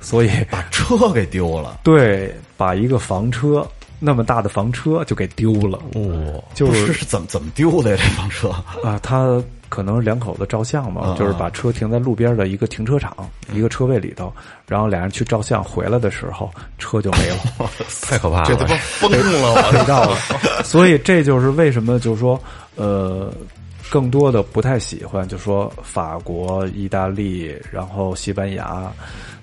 S6: 所以
S5: 把车给丢了，
S6: 对，把一个房车那么大的房车就给丢了，
S5: 哦，
S6: 就
S5: 不是
S6: 是
S5: 是怎么怎么丢的呀？这房车
S6: 啊，他可能两口子照相嘛，就是把车停在路边的一个停车场、一个车位里头，然后俩人去照相，回来的时候车就没了，
S7: 太可怕
S3: 这他妈
S7: 了！
S3: 疯了！我
S6: 黑道了。所以这就是为什么就是说，呃，更多的不太喜欢，就说法国、意大利，然后西班牙，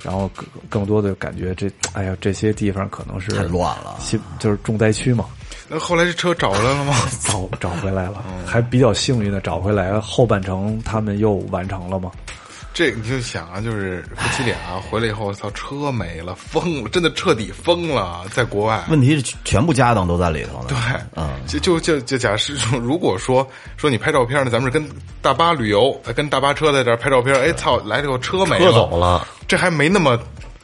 S6: 然后更更多的感觉这，哎呀，这些地方可能是
S5: 太乱了，
S6: 西就是重灾区嘛。
S3: *laughs* 那后来这车找回来了吗？ *laughs*
S6: 找找回来了，
S5: 嗯
S6: 还比较幸运的找回来了。后半程他们又完成了嘛？
S3: 这你就想啊，就是夫妻俩回来以后，操，车没了，疯了，真的彻底疯了，啊在国外。
S5: 问题是全部家当都在里头呢。对，
S6: 嗯
S5: 嗯
S3: 就就就就假设说，如果说说你拍照片呢，咱们是跟大巴旅游，呃跟大巴车在这儿拍照片，哎操，来了以后车没
S7: 车
S3: 了，
S7: 走了，
S3: 这还没那么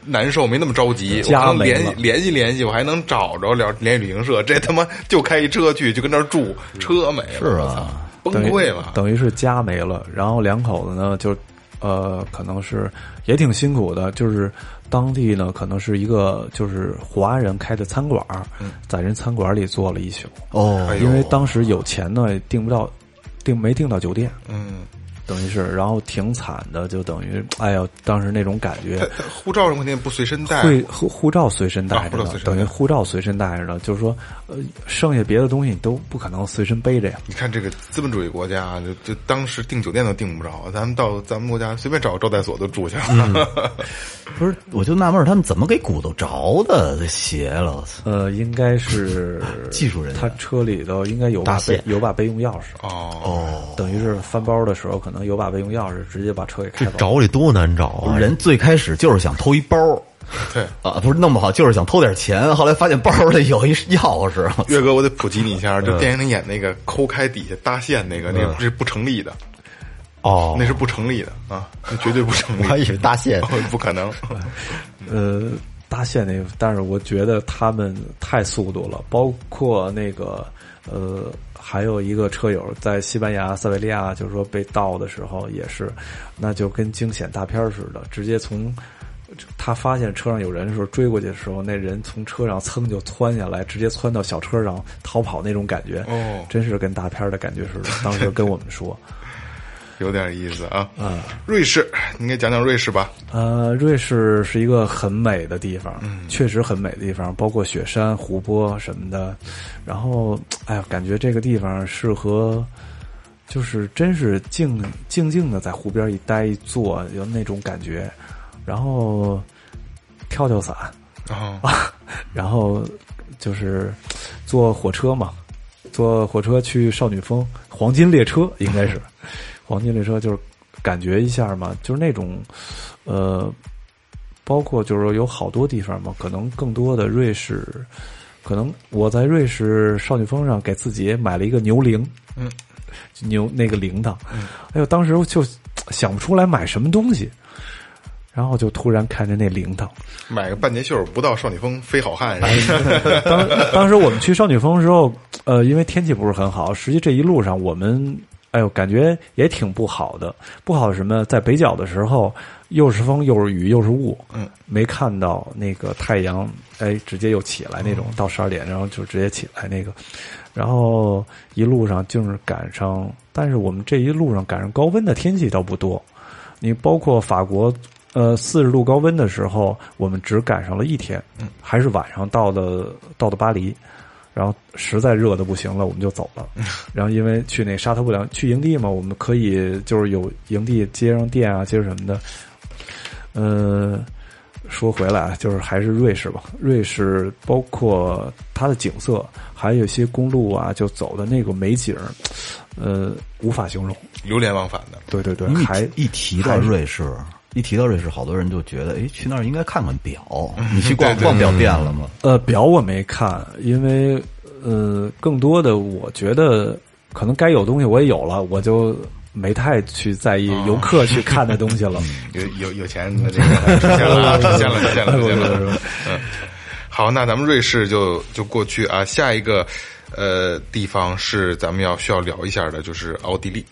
S3: 难受，没那么着急，我
S6: 家
S3: 还能
S6: 没
S3: 联
S6: 了
S3: 系联系联系，我还能找着了联系旅行社，这他妈就开一车去，就跟那儿住，车没了，
S5: 是啊
S3: 我操，崩
S6: 等于
S3: 溃了，
S6: 等于是家没了，然后两口子呢就，呃，可能是也挺辛苦的，就是当地呢可能是一个就是华人开的餐馆儿，在人餐馆里坐了一宿，
S5: 哦
S3: 嗯哎，呦
S6: 因为当时有钱呢也订不到，订没订到酒店，
S3: 嗯，
S6: 等于是，然后挺惨的，就等于哎呀，当时那种感觉，
S3: 他他护照什么肯定不随身带，
S6: 会护护照随身带
S3: 啊
S6: 着
S3: 护照
S6: 呢
S3: 随，身带
S6: 等于护照随身带着呢，就是说，呃，剩下别的东西你都不可能随身背着呀。
S3: 你看这个资本主义国家啊，就就当时订酒店都订不着，咱们到咱们国家随便找个招待所都住下
S6: 嗯
S3: 了。
S5: 不是，我就纳闷儿他们怎么给鼓捣着的这鞋了？我操
S6: 呃，应该是
S5: *laughs* 技术人员
S6: 他车里头应该有把备有把备用钥匙，
S3: *laughs* 哦，
S6: 等于是翻包的时候可能有把备用钥匙，直接把车给开
S7: 这
S6: 走。
S7: 找里多难找啊！
S5: 人最开始就是想偷一包儿
S3: 对，
S5: 啊，不是弄不好就是想偷点钱，后来发现包儿里有一钥匙。
S3: 岳哥，我得普及你一下，
S7: 嗯
S3: 就电影里演那个抠开底下搭线那个，那个是不成立的，
S7: 哦
S3: 那，是不成立的啊，那绝对不成
S7: 我还
S3: 立，哦
S7: 以为大线
S3: *laughs* 不可能。
S6: 呃，搭线那，但是我觉得他们太速度了，包括那个呃，还有一个车友在西班牙塞维利亚，就是说被盗的时候也是，那就跟惊险大片儿似的，直接从。他发现车上有人的时候，追过去的时候，那人从车上噌就窜下来，直接窜到小车上逃跑那种感觉，
S3: 哦
S6: 真是跟大片儿的感觉似的。当时跟我们说，
S3: 有点意思啊。
S7: 嗯
S3: 瑞士，你给讲讲瑞士吧。
S6: 呃，瑞士是一个很美的地方，确实很美的地方，包括雪山、湖泊什么的。然后，哎呀，感觉这个地方适合，就是真是静静静的在湖边一待一坐，有那种感觉。然后跳跳伞，
S3: 啊，
S6: 然后就是坐火车嘛，坐火车去少女峰，黄金列车应该是，黄金列车就是感觉一下嘛，就是那种，呃，包括就是说有好多地方嘛，可能更多的瑞士，可能我在瑞士少女峰上给自己买了一个牛铃，
S3: 嗯，
S6: 牛那个铃铛，哎呦，当时我就想不出来买什么东西。然后就突然看着那铃铛，
S3: 买个半截袖儿，不到少女峰非好汉。
S7: 哎 *laughs*
S6: 当 *laughs* 当时我们去少女峰的时候，呃，因为天气不是很好，实际这一路上我们，哎呦，感觉也挺不好的。不好是什么，在北角的时候，又是风又是雨又是雾，
S3: 嗯，
S6: 没看到那个太阳，哎，直接又起来那种，到十二点然后就直接起来那个，然后一路上就是赶上，但是我们这一路上赶上高温的天气倒不多，你包括法国，呃，四十度高温的时候，我们只赶上了一天，还是晚上到的到的巴黎，然后实在热的不行了，我们就走了。然后因为去那沙特不良去营地嘛，我们可以就是有营地接上电啊，接上什么的。呃，说回来啊，就是还是瑞士吧，瑞士包括它的景色，还有一些公路啊，就走的那个美景儿，呃，无法形容。
S3: 流连忘返的，
S6: 对对对，
S5: 你一
S6: 还
S5: 一提到瑞士，一提到瑞士，好多人就觉得，哎，去那儿应该看看表。你去逛逛表店了吗？
S6: 呃，表我没看，因为呃，更多的我觉得可能该有东西我也有了，我就没太去在意
S3: 哦
S6: 游客去看的东
S3: *laughs*
S6: 西了。
S3: 嗯
S7: *laughs* 哎
S3: 有有有钱，那这个出现了啊，出现了，出现了，出现了。好，那咱们瑞士就就过去啊，下一个呃地方是咱们要需要聊一下的，就是奥地利。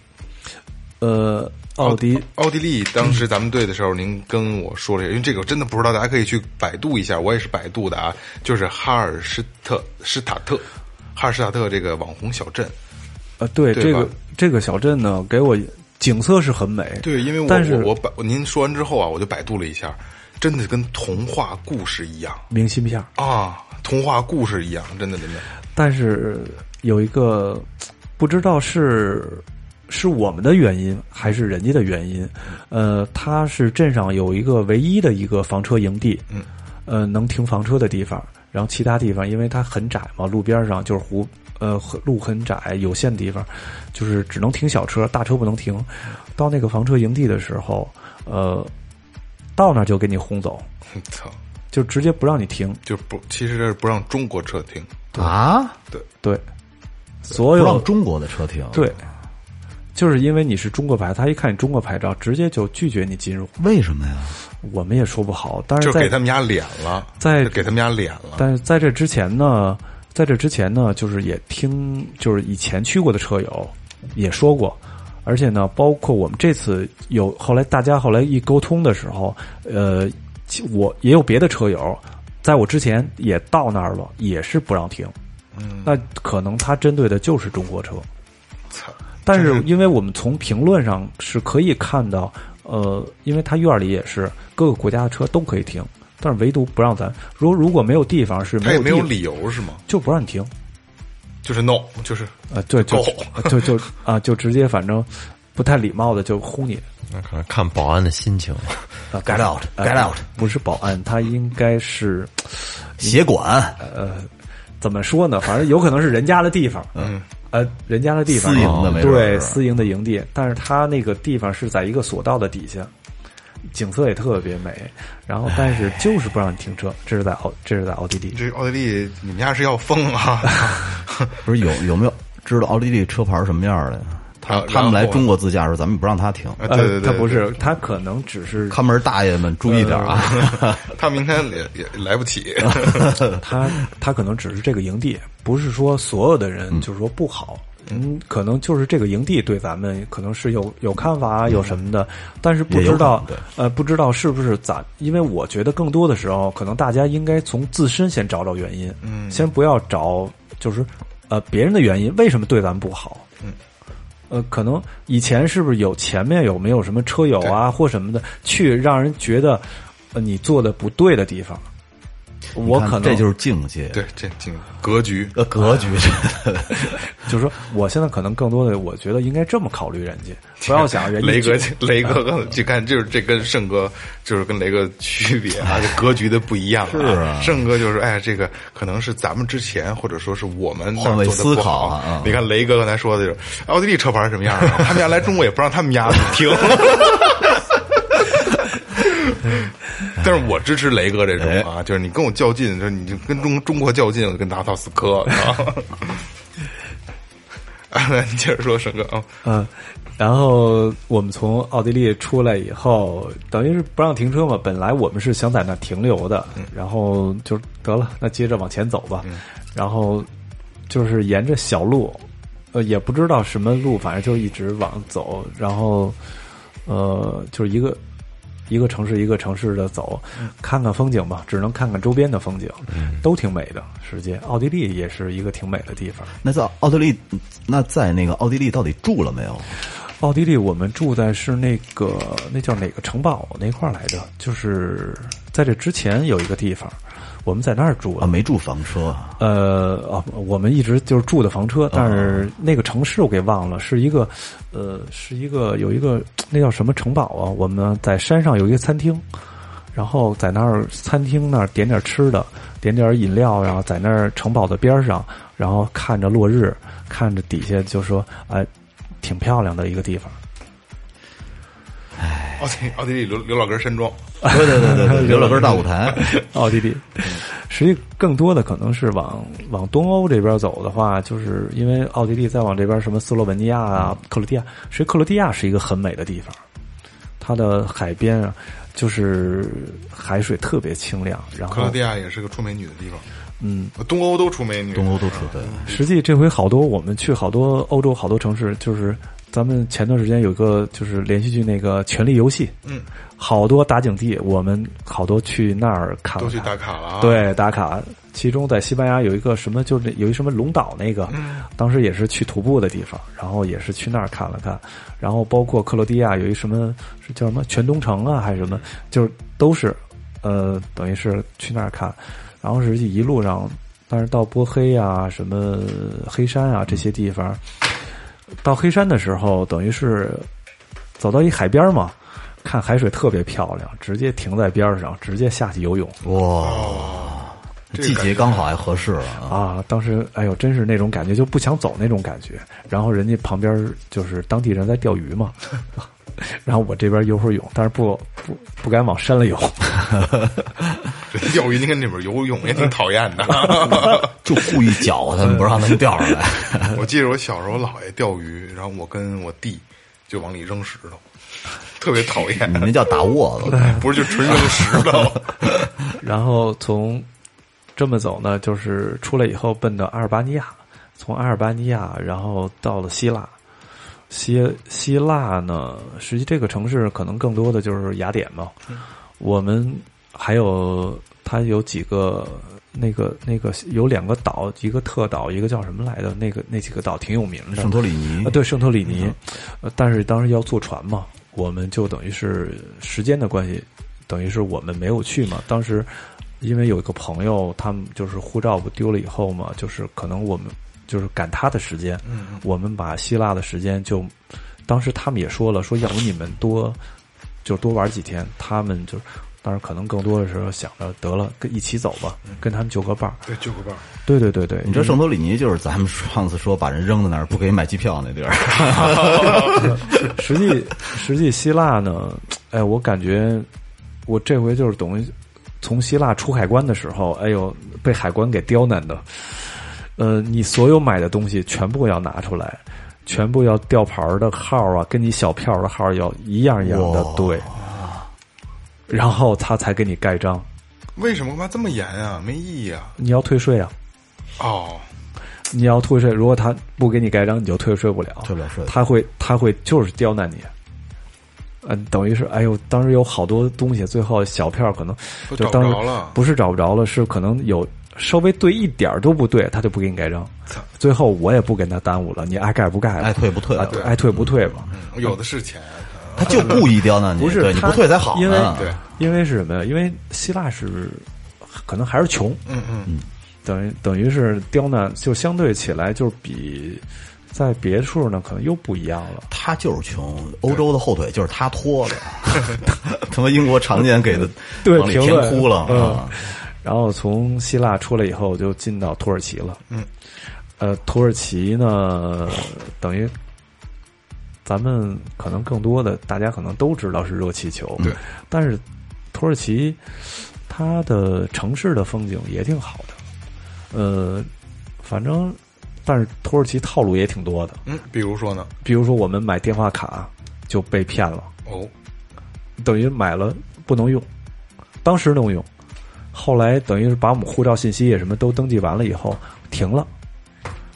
S6: 呃，奥迪
S3: 奥地利当时咱们队的时候，您跟我说了一下，因为这个我真的不知道，大家可以去百度一下，我也是百度的啊，就是哈尔施特施塔特，哈尔施塔特这个网红小镇。
S6: 呃，对
S3: 对
S6: 这
S3: 吧
S6: 个这个小镇呢，给我景色是很美，
S3: 对，因为我
S6: 但是
S3: 我我百您说完之后啊，我就百度了一下，真的跟童话故事一样
S6: 明信片儿。
S3: 啊，童话故事一样，真的真的。
S6: 但是有一个呃不知道是是我们的原因还是人家的原因，呃，它是镇上有一个唯一的一个房车营地，
S3: 嗯，
S6: 呃，能停房车的地方。然后其他地方，因为它很窄嘛，路边上就是湖，呃，河路很窄，有限地方，就是只能停小车，大车不能停。到那个房车营地的时候，呃，到那儿就给你轰走，
S3: 操，
S6: 就直接不让你停。
S3: 就不，其实这是不让中国车停，
S5: 啊，
S6: 对，所
S5: 不
S6: 有
S5: 让中国的车停，
S6: 对，，就是因为你是中国牌，他一看你中国牌照，直接就拒绝你进入。
S5: 为什么呀？
S6: 我们也说不好，但是
S3: 就
S6: 在
S3: 给他们家脸了，
S6: 在
S3: 就给他们家脸了。
S6: 但是在这之前呢，在这之前呢，就是也听就是以前去过的车友也说过，而且呢，包括我们这次有后来大家后来一沟通的时候，呃，其我也有别的车友。在我之前也到那儿了，也是不让停。
S3: 嗯，
S6: 那可能他针对的就是中国车。
S3: 操，
S6: 但
S3: 这
S6: 是
S3: 是
S6: 因为我们从评论上是可以看到，呃，因为他院里也是各个国家的车都可以停，但是唯独不让咱。如如果没有地方是
S3: 他
S6: 没
S3: 也
S6: 有
S3: 没
S6: 地
S3: 有理由是吗？
S6: 就不让你停
S3: 就是 no，就是
S6: 啊、呃对，就
S3: 够
S6: 就就啊、就直接反正不太礼貌的就轰你。
S7: 那可能看保安的心情。
S6: 啊
S5: Get out, get out
S6: 不是保安，他应该是
S5: 协管
S6: 怎么说呢？反正有可能是人家的地方，嗯，呃，人家的地方，
S5: 私营的没准儿
S6: 对
S5: 是
S6: 私营的营地，但是他那个地方是在一个索道的底下，景色也特别美，然后但是就是不让你停车，这是在奥这是在奥地利，
S3: 这奥地利，你们家是要疯啊！ *laughs*
S5: 不是有有没有知道奥地利车牌是什么样的呀？他
S3: 啊
S5: 他们来
S3: 然后
S5: 中国自驾的时候，咱们不让他停，
S3: 啊对对
S6: 呃，
S3: 对，
S6: 他不
S3: 对，
S6: 是，他可能只是
S5: 看门大爷们注意点啊！
S3: 他明天也也来不起。 *laughs*
S6: 他他可能只是这个营地，不是说所有的人就是说不好，嗯，可能就是这个营地对咱们可能是有有看法啊，有什么的，但是不
S5: 嗯也有
S6: 知道
S5: 可能
S6: 呃，不知道是不是咱，因为我觉得更多的时候，可能大家应该从自身先找找原因，嗯，先不要找就是呃别人的原因，为什么对咱们不好，嗯。呃，可能以前是不是有前面有没有什么车友啊或什么的，去让人觉得，呃，你做的不对的地方，我
S5: 你看
S6: 可能
S5: 这就是境界，
S3: 对，这这格局，
S5: 呃，格局。 *laughs*
S6: 就是说，我现在可能更多的，我觉得应该这么考虑人家，不要想人家
S3: 雷哥，雷哥跟就看，就是这跟胜哥就是跟雷哥区别啊，这格局的不一样、啊。
S5: 是啊
S3: 胜哥就是哎，这个可能是咱们之前或者说是我们
S5: 换位
S3: 做得不
S5: 思考
S3: 好
S5: 啊嗯
S3: 你看雷哥刚才说的就是奥地利车牌是什么样的，他们家来中国也不让他们家停。 *laughs* 但是我支持雷哥这种
S5: 哎
S3: 啊，就是你跟我较劲，就是你就跟中中国较劲，我就跟拿到死磕啊。 *laughs* 啊，你接着说，胜哥啊，
S6: 嗯，然后我们从奥地利出来以后，等于是不让停车嘛。本来我们是想在那停留的，然后就得了，那接着往前走吧。然后就是沿着小路，呃，也不知道什么路，反正就一直往走。然后，呃，就是一个一个城市一个城市的走，看看风景吧，只能看看周边的风景，都挺美的。世界，奥地利也是一个挺美的地方。
S5: 那在奥地利，那在那个奥地利到底住了没有？
S6: 奥地利，我们住在是那个那叫哪个城堡那块儿来着？就是在这之前有一个地方，我们在那儿住
S5: 啊，
S6: 的。
S5: 没住房车，
S6: 呃，啊，我们一直就是住的房车，但是那个城市我给忘了，是一个，呃，是一个有一个那叫什么城堡啊？我们在山上有一个餐厅，然后在那儿餐厅那儿点点吃的，点点饮料，然后在那儿城堡的边儿上，然后看着落日，看着底下就说，哎，挺漂亮的一个地方。
S3: 奥地利奥地利刘刘老根山庄。
S5: 对对对对对，刘老根儿大舞台，
S6: 奥地利，实际更多的可能是往往东欧这边走的话，就是因为奥地利再往这边什么斯洛文尼亚啊、克罗地亚，实际克罗地亚是一个很美的地方，它的海边啊，就是海水特别清亮，然
S3: 克罗
S6: 后
S3: 地亚也是个出美女的地方，
S6: 嗯，
S3: 东欧都出美女，
S5: 东欧都出对，
S6: 实际这回好多我们去好多欧洲好多城市，就是咱们前段时间有个就是连续剧那个《权力游戏》，
S3: 嗯，
S6: 好多打井地，我们好多去那儿看
S3: 都
S6: 了
S3: 去
S6: 看
S3: 打卡了啊。，
S6: 对，打卡。其中在西班牙有一个什么，就是有一什么龙岛那个，当时也是去徒步的地方，然后也是去那儿看了看，然后包括克罗地亚有一什么是叫什么全东城啊，还是什么，就是都是，呃，等于是去那儿看，然后实际一路上，但是到波黑啊、什么黑山啊这些地方，到黑山的时候，等于是走到一海边儿嘛。看海水特别漂亮，直接停在边儿上，直接下去游泳。
S5: 哇，
S3: 这个
S5: 季
S3: 感
S5: 节
S3: 觉
S5: 刚好还合适了啊。
S6: 啊，当时哎呦，真是那种感觉，就不想走那种感觉。然后人家旁边就是当地人在钓鱼嘛， *laughs* 然后我这边游会儿泳，但是不不不敢往深了游。
S3: 这钓鱼跟里边游泳也挺讨厌
S6: *laughs*
S3: 的。
S5: 就故意搅和他们，不让他们掉上来。
S3: 我记得我小时候老爱钓鱼，然后我跟我弟就往里扔石头，特别讨
S5: 你
S3: 厌，
S5: 那叫打窝子，
S3: 不是就纯扔石头。
S6: 然后从这么走呢，就是出来以后奔到阿尔巴尼亚，从阿尔巴尼亚然后到了希腊。希希腊呢，实际这个城市可能更多的就是雅典嘛。我们还有它有几个那个那个有两个岛，一个特岛，一个叫什么来的？那个那几个岛挺有名的，
S5: 圣托里尼
S6: 啊，，对，圣托里尼，
S3: 嗯
S6: 呃但是当时要坐船嘛，我们就等于是时间的关系，等于是我们没有去嘛。当时因为有一个朋友，他们就是护照不丢了以后嘛，就是可能我们就是赶他的时间，
S3: 嗯
S6: 我们把希腊的时间就，当时他们也说了，说要不你们多就多玩几天，他们就。当然，可能更多的时候想着得了，跟一起走吧，跟他们就个伴儿。
S3: 嗯对，就个伴
S6: 对对对对，
S5: 你知道圣托里尼就是咱们上次说把人扔在那儿不可以买机票那
S6: *laughs*
S5: 地儿，
S6: 实
S5: *laughs*
S6: 际实际希腊呢，哎，我感觉我这回就是等于从希腊出海关的时候，哎呦，被海关给刁难的。呃，你所有买的东西全部要拿出来，全部要吊牌儿的号啊，跟你小票的号要一样一样的
S5: 哇
S6: 对，然后他才给你盖章，
S3: 为什么干嘛这么严啊？没意义啊！
S6: 你要退税啊。
S3: 哦，
S6: 你要退税，如果他不给你盖章，你就退税不了。
S5: 退不了税
S6: 他会他会就是刁难你。嗯，等于是，哎呦，当时有好多东西，最后小票可能
S3: 都
S6: 就
S3: 找不
S6: 当时
S3: 着了
S6: 不是找不着了，是可能有稍微对一点儿都不对，他就不给你盖章。最后我也不跟他耽误了，你爱盖不盖吧，
S5: 爱退不退
S6: 啊
S5: 哎对
S6: 爱退不退吧。
S3: 有的是钱，
S5: 他就故意刁难你，
S6: 不是
S5: 对你
S6: 他
S5: 不退才好啊
S6: 因为
S5: 呢。
S3: 对，
S6: 因为是什么呀？因为希腊是可能还是穷，
S3: 嗯嗯，
S6: 等于等于是刁难，就相对起来就是比在别处呢可能又不一样了。
S5: 他就是穷，欧洲的后腿就是他
S6: *laughs*
S5: 拖的，他妈英国常年给他
S6: 对
S5: 往里
S6: 评
S5: 填
S6: 论
S5: 窟窿
S6: 嗯
S5: 啊！
S6: 然后从希腊出来以后，就进到土耳其了。
S3: 嗯，
S6: 呃，土耳其呢，等于咱们可能更多的大家可能都知道是热气球，
S3: 对，
S6: 但是土耳其它的城市的风景也挺好的，呃，反正但是土耳其套路也挺多的，
S3: 嗯，比如说呢？
S6: 比如说我们买电话卡就被骗了，
S3: 哦，
S6: 等于买了不能用，当时能用，后来等于是把我们护照信息也什么都登记完了以后停了，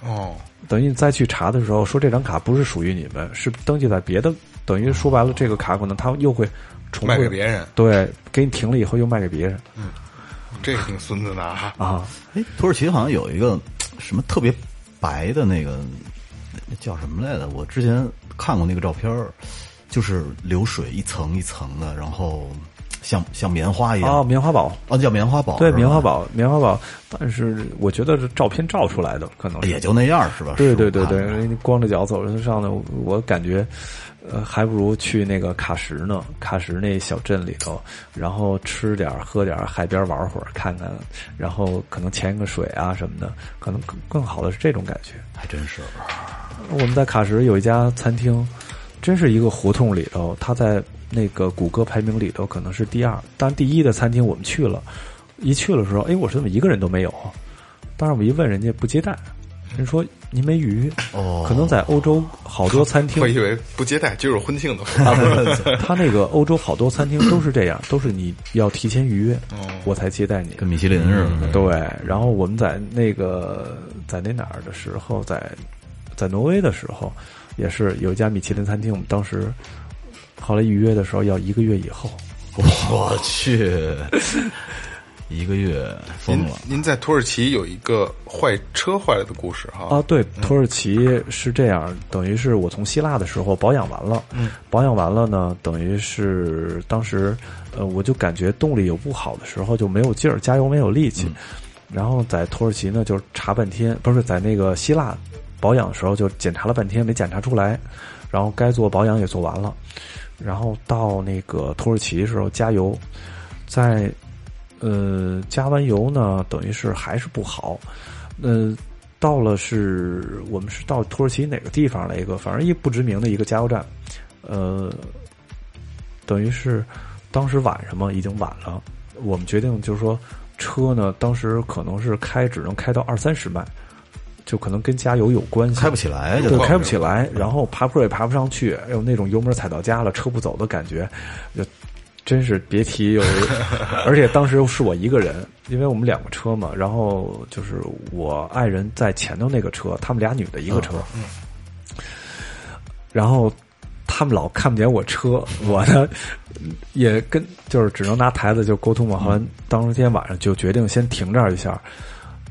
S3: 哦，
S6: 等于你再去查的时候说这张卡不是属于你们，是登记在别的，等于说白了这个卡可能他又会重
S3: 卖
S6: 复
S3: 给别人，
S6: 对，给你停了以后又卖给别人
S3: 这挺孙子的啊！
S6: 啊，
S5: 哎，土耳其好像有一个什么特别白的那个那叫什么来着？我之前看过那个照片儿，就是流水一层一层的，然后像像棉花一样
S6: 啊，棉花堡。
S5: 哦，叫棉花堡，
S6: 对
S5: 是吧
S6: 棉花堡，棉花堡，但是我觉得是照片照出来的，可
S3: 哎
S6: 能是
S5: 也就那样是吧？
S6: 对
S5: 是不
S6: 对
S5: 是
S6: 对对，
S5: 看着
S6: 因为你光着脚走着上的，我我感觉，呃，还不如去那个喀什呢。喀什那小镇里头，然后吃点儿喝点儿，海边玩会儿，看看，然后可能潜个水啊什么的，可能更更好的是这种感觉。
S5: 还真是
S6: 我们在喀什有一家餐厅，真是一个胡同里头，它在那个谷歌排名里头可能是第二，但第一的餐厅我们去了，一去的时候，哎，我说怎么一个人都没有啊？当时我们一问人家不接待，人说您没鱼，
S5: 哦
S6: 可能在欧洲好多餐厅
S3: 我，以为不接待就是婚庆的，
S6: *laughs* 他那个欧洲好多餐厅都是这样，都是你要提前预约，我才接待你。
S5: 跟米其林似的。
S6: 对，然后我们在那个在那哪儿的时候，在在挪威的时候，也是有一家米其林餐厅，我们当时后来预约的时候要一个月以后，
S5: 我去，一个月疯
S3: 您
S5: 了。
S3: 您在土耳其有一个坏车坏了的故事哈
S6: 啊，对，土耳其是这样，等于是我从希腊的时候保养完了，嗯，保养完了呢，等于是当时，呃，我就感觉动力有不好的时候，就没有劲儿，加油没有力气，然后在土耳其呢，就查半天，不是在那个希腊保养的时候，就检查了半天没检查出来，然后该做保养也做完了，然后到那个土耳其的时候加油，在呃加完油呢，等于是还是不好，呃，到了是我们是到土耳其哪个地方的一个，反正一不知名的一个加油站，呃，等于是当时晚上嘛，已经晚了，我们决定就是说车呢，当时可能是开只能开到二三十迈，就可能跟加油有关系，
S5: 开不起来就
S6: 对，
S3: 晃
S6: 开不起来，然后爬坡也爬不上去，哎呦，那种油门踩到家了，车不走的感觉，就真是别提有。而且当时是我一个人，因为我们两个车嘛，然后就是我爱人在前头那个车，他们俩女的一个车，然后他们老看不见我车，我呢也跟就是只能拿台子就沟通嘛。后来当天晚上就决定先停这儿一下。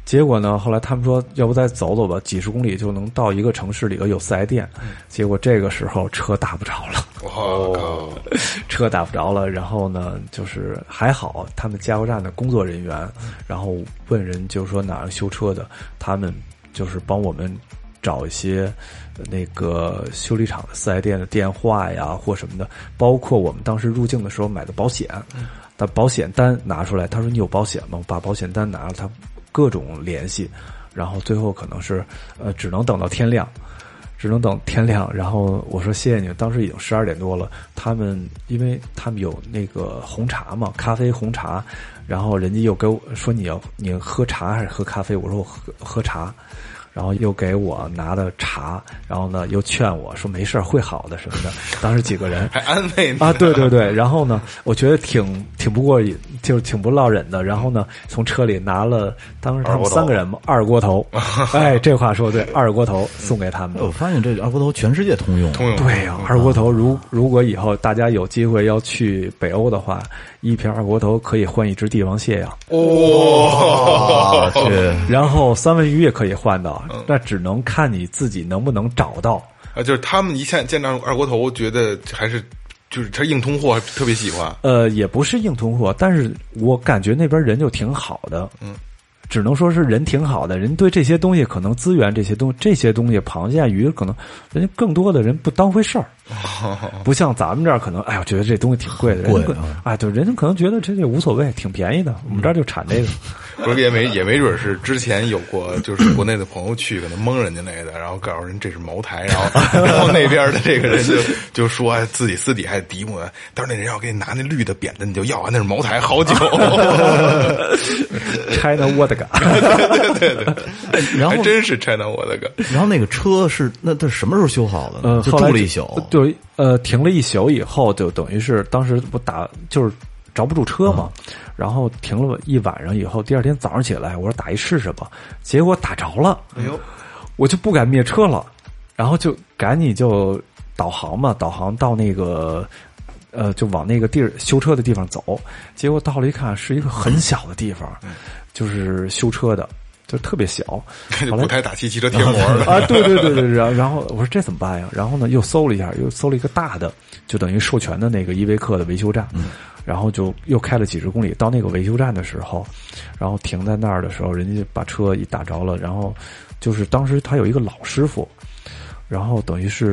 S6: 结果呢，后来他们说，要不再走走吧，几十公里就能到一个城市里头有四 S 店。结果这个时候车打不着了，
S3: 我靠，
S6: 车打不着了。然后呢，就是还好他们加油站的工作人员，然后问人就说哪儿修车的，他们就是帮我们找一些呃那个修理厂的四 S 店的电话呀或什么的，包括我们当时入境的时候买的保险，把保险单拿出来，他说你有保险吗？我把保险单拿了，他各种联系，然后最后可能是呃只能等到天亮。只能等天亮。然后我说谢谢你，当时已经十二点多了。他们因为他们有那个红茶嘛，咖啡红茶，然后人家又给我说你要你喝茶还是喝咖啡？我说我喝喝茶。然后又给我拿的茶，然后呢又劝我说没事儿会好的什么的。当时几个人，
S3: 还安慰你
S6: 啊，对对对，然后呢，我觉得挺挺不过瘾，就挺不落忍的。然后呢，从车里拿了当时他们三个人嘛，二锅头，哎，这话说得对，二锅头送给他们。
S5: 哎我发现这二锅头全世界通用，
S3: 通用
S6: 对呀、二锅头如如果以后大家有机会要去北欧的话，一瓶二锅头可以换一只帝王蟹呀，
S5: 啊，
S3: 哦
S5: 去
S6: 然后三文鱼也可以换到，那只能看你自己能不能找到。
S3: 啊，就是他们一见见到二锅头，觉得还是就是他硬通货，特别喜
S6: *laughs*
S3: 欢。
S6: 呃，也不是硬通货，但是我感觉那边人就挺好的，嗯，只能说是人挺好的，人对这些东西可能资源这些东这些东西，螃蟹、鱼，可能人家更多的人不当回事儿，不像咱们这儿可能，哎，我觉得这东西挺贵的，人
S5: 贵
S6: 家可哎，对，人家可能觉得这也无所谓，挺便宜的，我们这儿就产这个，
S3: 不是也没也没准是之前有过，就是国内的朋友去，可能蒙人家来的，然后告诉人这是茅台，然后 *laughs* 然后那边的这个人就 *laughs* 就说哎自己私底下嘀咕，但是那人要给你拿那绿的扁的，你就要啊，那是茅台好
S6: *laughs*
S3: 酒。
S6: ，China Vodka，
S5: 然后
S3: 还真是 China 我的个，
S5: 然后那个车是那它什么时候修好的呢？
S6: 呃，
S5: 就
S6: 后来
S5: 住了一宿。
S6: 就呃停了一宿以后，就等于是当时我打就是着不住车嘛，然后停了一晚上以后，第二天早上起来，我说打一试试吧，结果打着了，哎呦，我就不敢灭车了，然后就赶紧就导航嘛，导航到那个。呃，就往那个地儿修车的地方走，结果到了一看，是一个很小的地方，就是修车的，就特别小。
S3: 就 *laughs*
S6: 后来
S3: 不太打气，汽
S6: *laughs*
S3: 车贴膜的。
S6: 啊，对对对对，然后 *laughs* 然后我说这怎么办呀？然后呢，又搜了一下，又搜了一个大的，就等于授权的那个依维柯的维修站，然后就又开了几十公里到那个维修站的时候，然后停在那儿的时候，人家把车一打着了，然后就是当时他有一个老师傅，然后等于是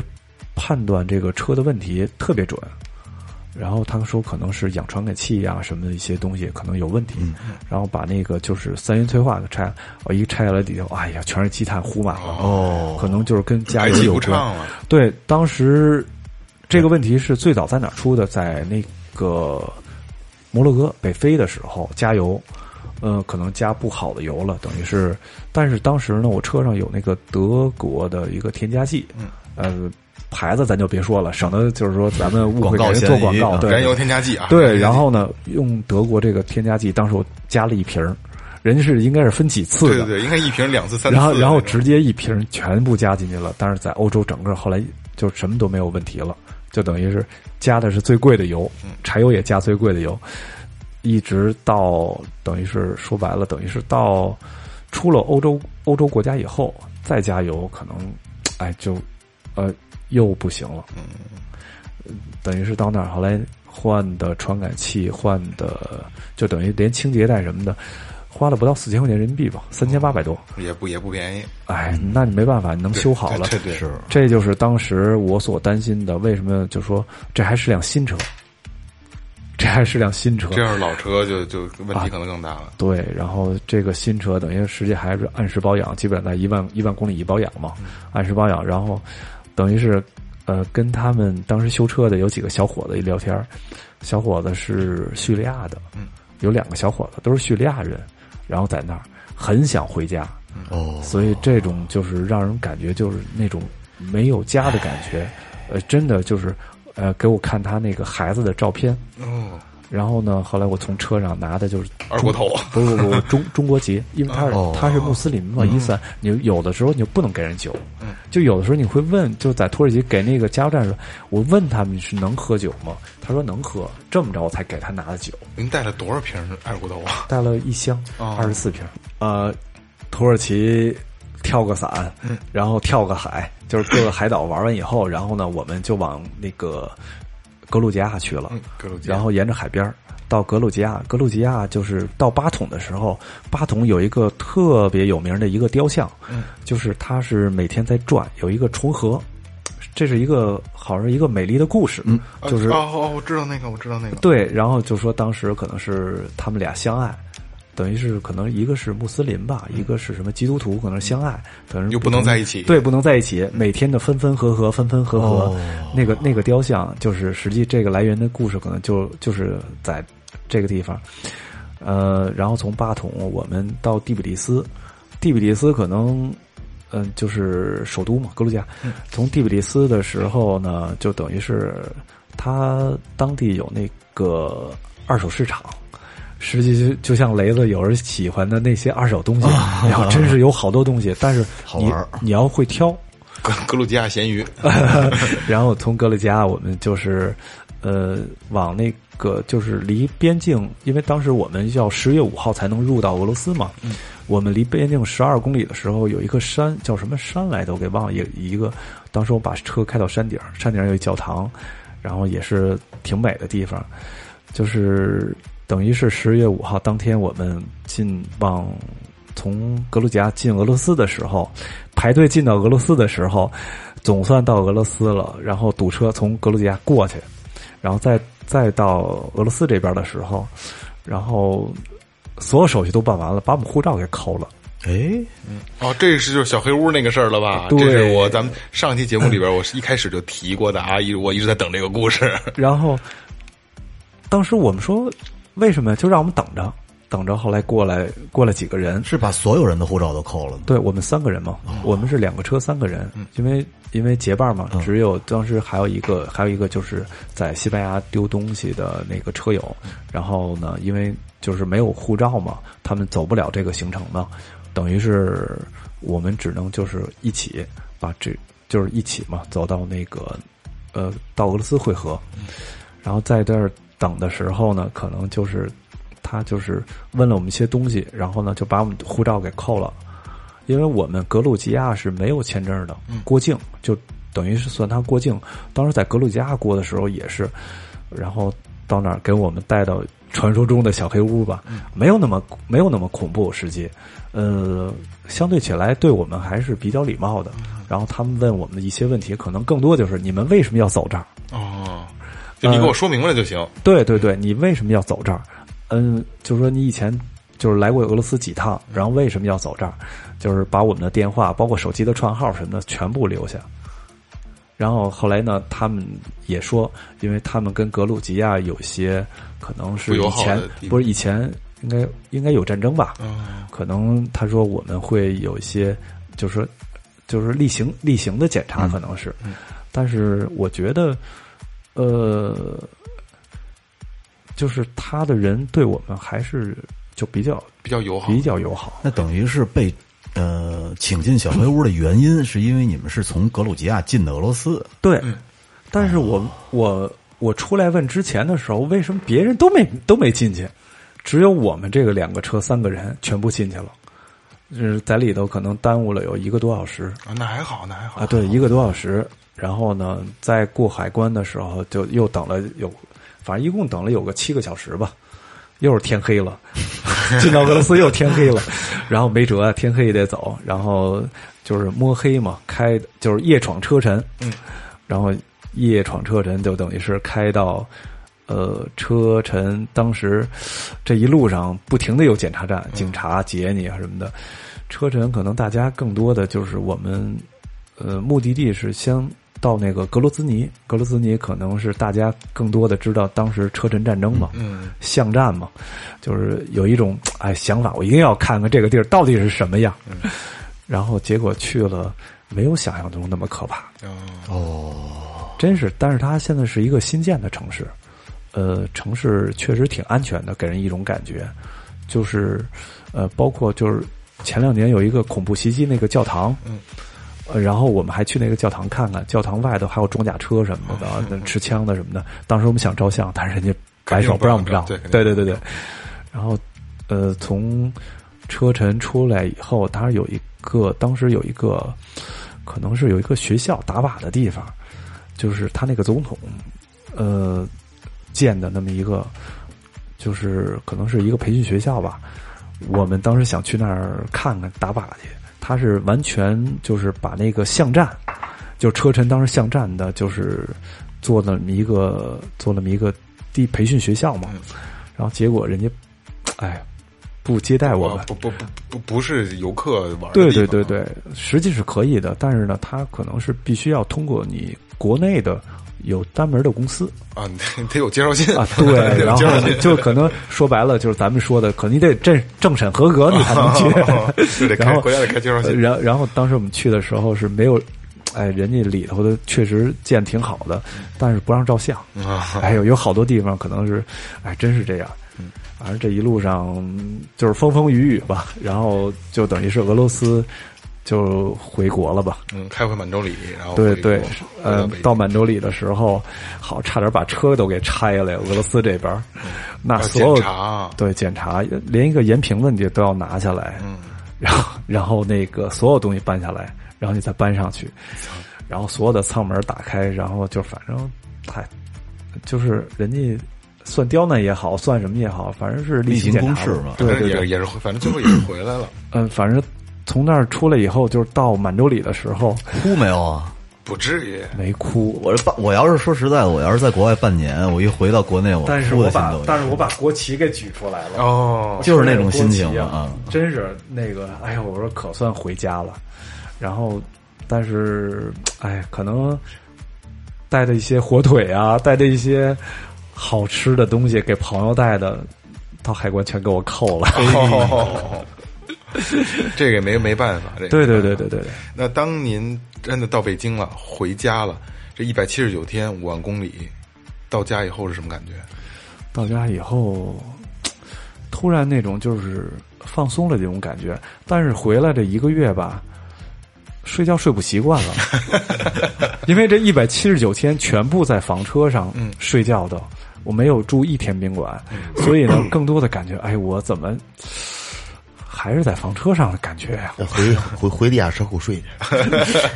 S6: 判断这个车的问题特别准。然后他说可能是氧传感器呀、什么的一些东西可能有问题，然后把那个就是三元催化给拆，我一拆下来里头，哎呀，全是积碳糊满了，
S5: 哦，
S6: 可能就是跟加
S3: 排
S6: 油
S3: 气
S6: 有
S3: 不
S6: 关
S3: 畅。了，
S6: 对，当时这个问题是最早在哪儿出的？在那个摩洛哥北非的时候，加油呃，可能加不好的油了，等于是。但是当时呢，我车上有那个德国的一个添加剂，
S3: 嗯
S6: 呃，牌子咱就别说了，省得就是说咱
S3: *laughs*
S6: 们误会给人做广告，对
S3: 燃油添加剂啊，
S6: 对，然后呢，用德国这个添加剂，当时我加了一瓶儿，人家是应该是分几次
S3: 对
S6: 的，
S3: 对对，应该一瓶两次三次，
S6: 然后然后直接一瓶全部加进去了，但是在欧洲整个后来就什么都没有问题了，就等于是加的是最贵的油，
S3: 嗯
S6: 柴油也加最贵的油，一直到等于是说白了，等于是到出了欧洲欧洲国家以后再加油，可能哎就呃又不行了，
S3: 嗯
S6: 等于是到那儿后来换的传感器，换的就等于连清洁带什么的。花了不到四千块钱人民币吧，三千八百多。
S3: 也不也不便宜，
S6: 哎，那你没办法，你能
S3: 对
S6: 修好了。
S3: 对对对是
S6: 这就是当时我所担心的。为什么就说这还是辆新车？这还是辆新车。
S3: 这要是老车就就问
S6: 啊
S3: 题可能更大了。
S6: 对，然后这个新车等于实际还是按时保养，基本在一万一万公里一保养嘛，按时保养。然后等于是呃，跟他们当时修车的有几个小伙子一聊天儿，小伙子是叙利亚的，有两个小伙子都是叙利亚人，然后在那儿很想回家，哦，所以这种就是让人感觉就是那种没有家的感觉，呃，真的就是呃，给我看他那个孩子的照片，
S3: 哦，
S6: 然后呢，后来我从车上拿的就是
S3: 二锅头，
S6: 不不不，中中国籍，因为他是、他是穆斯林嘛，伊斯兰，你有的时候你就不能给人酒，就有的时候你会问，就在土耳其给那个加油站的时候，我问他们是能喝酒吗？他说能喝，这么着我才给他拿的酒，
S3: 您带了多少瓶二锅头啊？
S6: 带了一箱二十四瓶，哦呃，土耳其跳个伞，然后跳个海，就是各个海岛玩完以后，然后呢，我们就往那个格嗯鲁吉亚去了，
S3: 格鲁吉亚
S6: 然后沿着海边儿到格鲁吉亚，格鲁吉亚就是到巴统的时候，巴统有一个特别有名的一个雕像，
S3: 嗯
S6: 就是它是每天在转，有一个重合，这是一个好像是一个美丽的故事，啊就是嗯
S3: 哦哦，我知道那个，我知道那个，
S6: 对，然后就说当时可能是他们俩相爱，等于是可能一个是穆斯林吧，一个是什么基督徒，可能相爱，等于
S3: 嗯又不能在一起
S6: 对，不能在一起，每天的分分合合，分分合合，那个那个雕像就是实际这个来源的故事，可能就就是在这个地方，呃，然后从巴统我们到第比利斯，第比利斯可能。嗯，就是首都嘛，格鲁吉亚。从第比利斯的时候呢，就等于是它当地有那个二手市场，实际就就像雷子有人喜欢的那些二手东西，哎呀，真是有好多东西，但是你你要会挑。
S3: 格格鲁吉亚咸鱼，
S6: 然后从格鲁吉亚，我们就是呃往那个就是离边境，因为当时我们要十月五号才能入到俄罗斯嘛，我们离边境十二公里的时候，有一个山叫什么山来着，我给忘了，也一个，当时我把车开到山顶儿，山顶儿有一教堂，然后也是挺美的地方，就是等于是十月五号当天，我们进往从格鲁吉亚进俄罗斯的时候，排队进到俄罗斯的时候，总算到俄罗斯了，然后堵车从格鲁吉亚过去，然后再再到俄罗斯这边的时候，然后所有手续都办完了，把我们护照给扣了。
S5: 哎，
S3: 哦，这是就是小黑屋那个事儿了吧？
S6: 对
S3: 这是我咱们上期节目里边，我是一开始就提过的啊，一我一直在等这个故事。
S6: 然后当时我们说为什么呀？就让我们等着，等着。后来过来过来几个人，
S5: 是把所有人的护照都扣了吗？
S6: 对我们三个人嘛，我们是两个车三个人，因为因为结伴嘛，只有当时还有一个还有一个就是在西班牙丢东西的那个车友，然后呢，因为就是没有护照嘛，他们走不了这个行程嘛，等于是我们只能就是一起把这就是一起嘛走到那个呃到俄罗斯汇合，然后在这儿等的时候呢，可能就是。他就是问了我们一些东西，然后呢就把我们护照给扣了，因为我们格鲁吉亚是没有签证的，过境就等于是算他过境。当时在格鲁吉亚过的时候也是，然后到那儿给我们带到传说中的小黑屋吧，没有那么没有那么恐怖，实际，呃，相对起来对我们还是比较礼貌的。然后他们问我们的一些问题，可能更多就是你们为什么要走这儿？
S3: 哦，就你给
S6: 呃
S3: 我说明白了就行。
S6: 对对对，你为什么要走这儿？嗯，就是说你以前就是来过俄罗斯几趟，然后为什么要走这儿？就是把我们的电话，包括手机的串号什么的全部留下。然后后来呢，他们也说，因为他们跟格鲁吉亚有些可能是
S3: 不友
S6: 以
S3: 好的
S6: 前
S3: 地方
S6: 不是以前应该应该有战争吧？可能他说我们会有一些，就是说就是例行例行的检查，可能是，但是我觉得，呃，就是他的人对我们还是就比较
S3: 比较友好，
S6: 比较友好。
S5: 那等于是被呃请进小黑屋的原因，是因为你们是从格鲁吉亚进的俄罗斯，
S6: 对，但是我我我出来问之前的时候，为什么别人都没都没进去，只有我们这个两个车三个人全部进去了，就是在里头可能耽误了有一个多小时
S3: 啊，那还好，那还好
S6: 啊，对，一个多小时。然后呢，在过海关的时候就又等了有，反正一共等了有个七个小时吧。又是天黑了， *laughs* 进到俄罗斯又天黑了，然后没辙啊，天黑也得走，然后就是摸黑嘛，开就是夜闯车臣，嗯，然后夜闯车臣就等于是开到呃车臣，当时这一路上不停的有检查站，警察截你啊什么的，车臣可能大家更多的就是我们呃目的地是先。到那个格罗兹尼，格罗兹尼可能是大家更多的知道当时车臣战争嘛，
S3: 嗯，
S6: 巷战嘛，就是有一种哎想法，我一定要看看这个地儿到底是什么样。
S3: 嗯
S6: 然后结果去了，没有想象中那么可怕，
S3: 哦
S6: 真是。但是它现在是一个新建的城市，呃，城市确实挺安全的，给人一种感觉，就是呃，包括就是前两年有一个恐怖袭击那个教堂，
S3: 嗯
S6: 呃，然后我们还去那个教堂看看，教堂外头还有装甲车什么的，那持枪的什么的。当时我们想照相，但是人家摆
S3: 肯
S6: 手
S3: 定不
S6: 让
S3: 让
S6: 我们照。
S3: 对肯定
S6: 对
S3: 不
S6: 对
S3: 让
S6: 对对。然后，呃，从车臣出来以后，它有一个，当时有一个，可能是有一个学校打靶的地方，就是他那个总统，呃，建的那么一个，就是可能是一个培训学校吧。我们当时想去那儿看看打靶去，他是完全就是把那个巷战，就车臣当时巷战的，就是做那么一个做那么一个地培训学校嘛，然后结果人家，哎，不接待我们
S3: 啊，不不不不不是游客玩的
S6: 对
S3: 地方
S6: 对
S3: 啊
S6: 对，对，实际是可以的，但是呢，它可能是必须要通过你国内的有单门的公司
S3: 啊，你得 *laughs* 得有介绍信，
S6: 啊对，
S3: 得
S6: 然
S3: 有
S6: 后
S3: 介绍
S6: 你
S3: 信，
S6: 就可能说白了，就是咱们说的，可能你得政政审合格，你才能去。
S3: 是得
S6: 然
S3: 开
S6: 后
S3: 国家得开介绍信，
S6: 然然后当时我们去的时候是没有，哎，人家里头的确实建挺好的，但是不让照相。
S3: 啊
S6: 哎呦，有好多地方可能是，哎，真是这样。反正这一路上嗯就是风风雨雨吧，然后就等于是俄罗斯就回国了吧。
S3: 嗯，开回满洲里，然后
S6: 对
S3: 回
S6: 对
S3: 国，
S6: 呃
S3: 回，
S6: 到
S3: 北京
S6: 满洲里的时候，好，差点把车都给拆了。俄罗斯这边儿，那
S3: 要
S6: 所有
S3: 检查啊
S6: 对检查，连一个盐瓶子你都要拿下来，嗯，然后然后那个所有东西搬下来，然后你再搬上去，
S5: 嗯
S6: 然后所有的舱门打开，然后就反正，嗨，就是人家算刁难也好，算什么也好，反正是例
S5: 例行
S6: 检
S5: 公
S6: 查
S5: 事
S6: 吧
S5: 嘛
S6: 对
S3: 反
S6: 对
S3: 正也，
S6: 对
S3: 也是回，反正最后也是回来了，
S6: *laughs* 嗯，反正从那儿出来以后，就是到满洲里的时候
S5: 哭没有啊？
S3: 不至于。
S6: 没哭，
S5: 我这半，我要是说实在的，我要是在国外半年，我一回到国内，我
S6: 但是
S5: 哭
S6: 我
S5: 的心
S6: 把
S5: 都有
S6: 但是我把国旗给举出来了，
S3: 哦，
S5: 就是那种心情了
S6: 啊
S5: 啊，
S6: 真是那个，哎呀，我说可算回家了。然后，但是，哎，可能带着一些火腿啊，带着一些好吃的东西给朋友带的，到海关全给我扣了。
S3: 哦，哎 *laughs* 这个也没没办法，这个
S6: 对对对
S3: 没办法
S6: 对对对，
S3: 那当您真的到北京了，回家了，这一百七十九天五万公里，到家以后是什么感觉？
S6: 到家以后，突然那种就是放松了这种感觉，但是回来这一个月吧，睡觉睡不习惯了，因为这一百七十九天全部在房车上
S3: 嗯
S6: 睡觉的，我没有住一天宾馆，所以呢，更多的感觉，哎，我怎么还是在房车上的感觉呀、
S4: 哎回回回地下车库睡去，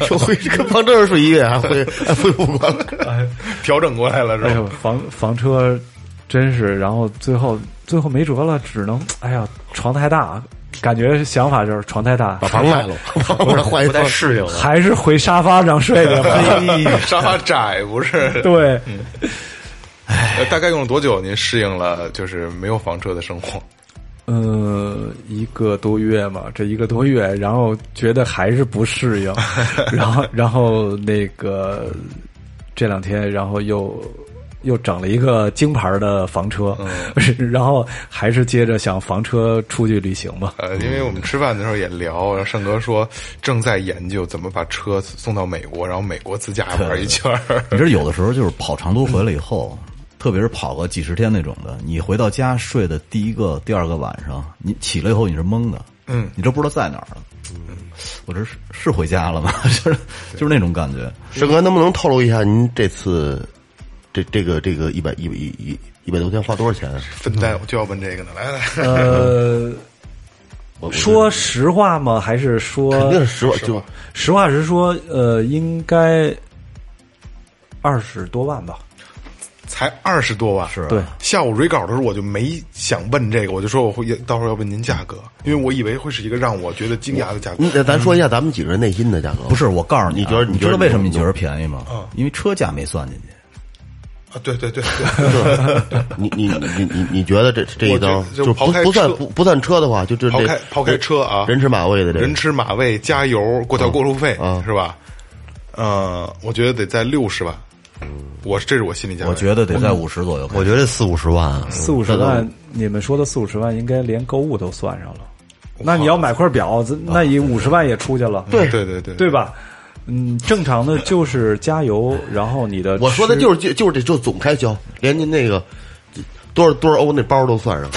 S4: 说回跟房车上睡一个月，还回还回武馆了。
S3: 调整过来了是
S6: 哎
S3: 吧？
S6: 呦，房房车真是，然后最后最后没辙了，只能哎呀，床太大，感觉想法就是床太大，
S4: 把房卖了，不是换一套适应
S6: 还是回沙发上睡去
S3: *laughs*
S6: 吧。
S3: 沙发窄不是？
S6: 对，
S3: 呃大概用了多久？您适应了就是没有房车的生活？
S6: 呃，一个多月嘛，这一个多月，然后觉得还是不适应，然后然后那个这两天，然后又又整了一个京牌的房车， *laughs* 然后还是接着想房车出去旅行吧。
S3: 呃，因为我们吃饭的时候也聊，然后盛哥说正在研究怎么把车送到美国，然后美国自驾玩一圈儿。
S5: *laughs* 你知道，有的时候就是跑长途回来以后，特别是跑个几十天那种的，你回到家睡的第一个、第二个晚上，你起来以后你是懵的，嗯，你都不知道在哪儿了。我这是是回家了吗？ *laughs* 就是就是那种感觉。
S4: 盛哥能不能透露一下您这次这这个这个一百一一一一百多天花多少钱啊？
S3: 分担我就要问这个呢，来来，
S6: 呃，
S4: 我
S6: 说实话吗？还是说
S3: 呃
S4: 肯定是十万，就
S6: 实话实说，呃，应该二十多万吧。
S3: 才二十多万，
S5: 是
S6: 对，
S3: 下午 re 稿的时候，我就没想问这个，我就说我会到时候要问您价格，因为我以为会是一个让我觉得惊讶的价格。
S4: 你咱说
S3: 嗯
S4: 一下咱们几个人内心的价格吧。
S5: 不是，我告诉你
S4: 你
S5: 啊，
S4: 觉得
S5: 你
S4: 你觉
S5: 知
S4: 得
S5: 道为什么
S4: 你
S5: 你觉得便宜吗？因为车价没算进去。
S3: 啊，对对对对，
S4: 你你你你你觉得这这一刀
S3: 我觉得就
S4: 就
S3: 刨
S4: 不
S3: 开
S4: 不算
S3: 车
S4: 不不算车的话，就这
S3: 抛开
S4: 这
S3: 抛开车啊，
S4: 人吃马喂的这个
S3: 人吃马喂，加油，过桥过路费、
S4: 啊
S3: 是吧？呃，我觉得得在六十万，我这是我心里价位。
S5: 我觉得得在五十左右。
S7: 我觉得四五十万啊，
S6: 四五
S4: 嗯
S6: 十万，你们说的四五十万，应该连购物都算上了。那你要买块表，
S4: 啊
S6: 这那也五十万也出去了，
S3: 对对对对
S6: 对吧？嗯，正常的就是加油，然后你的
S4: 我说的
S6: 吃
S4: 就是就就是这就总开销，连您那个多少多少欧那包都算上。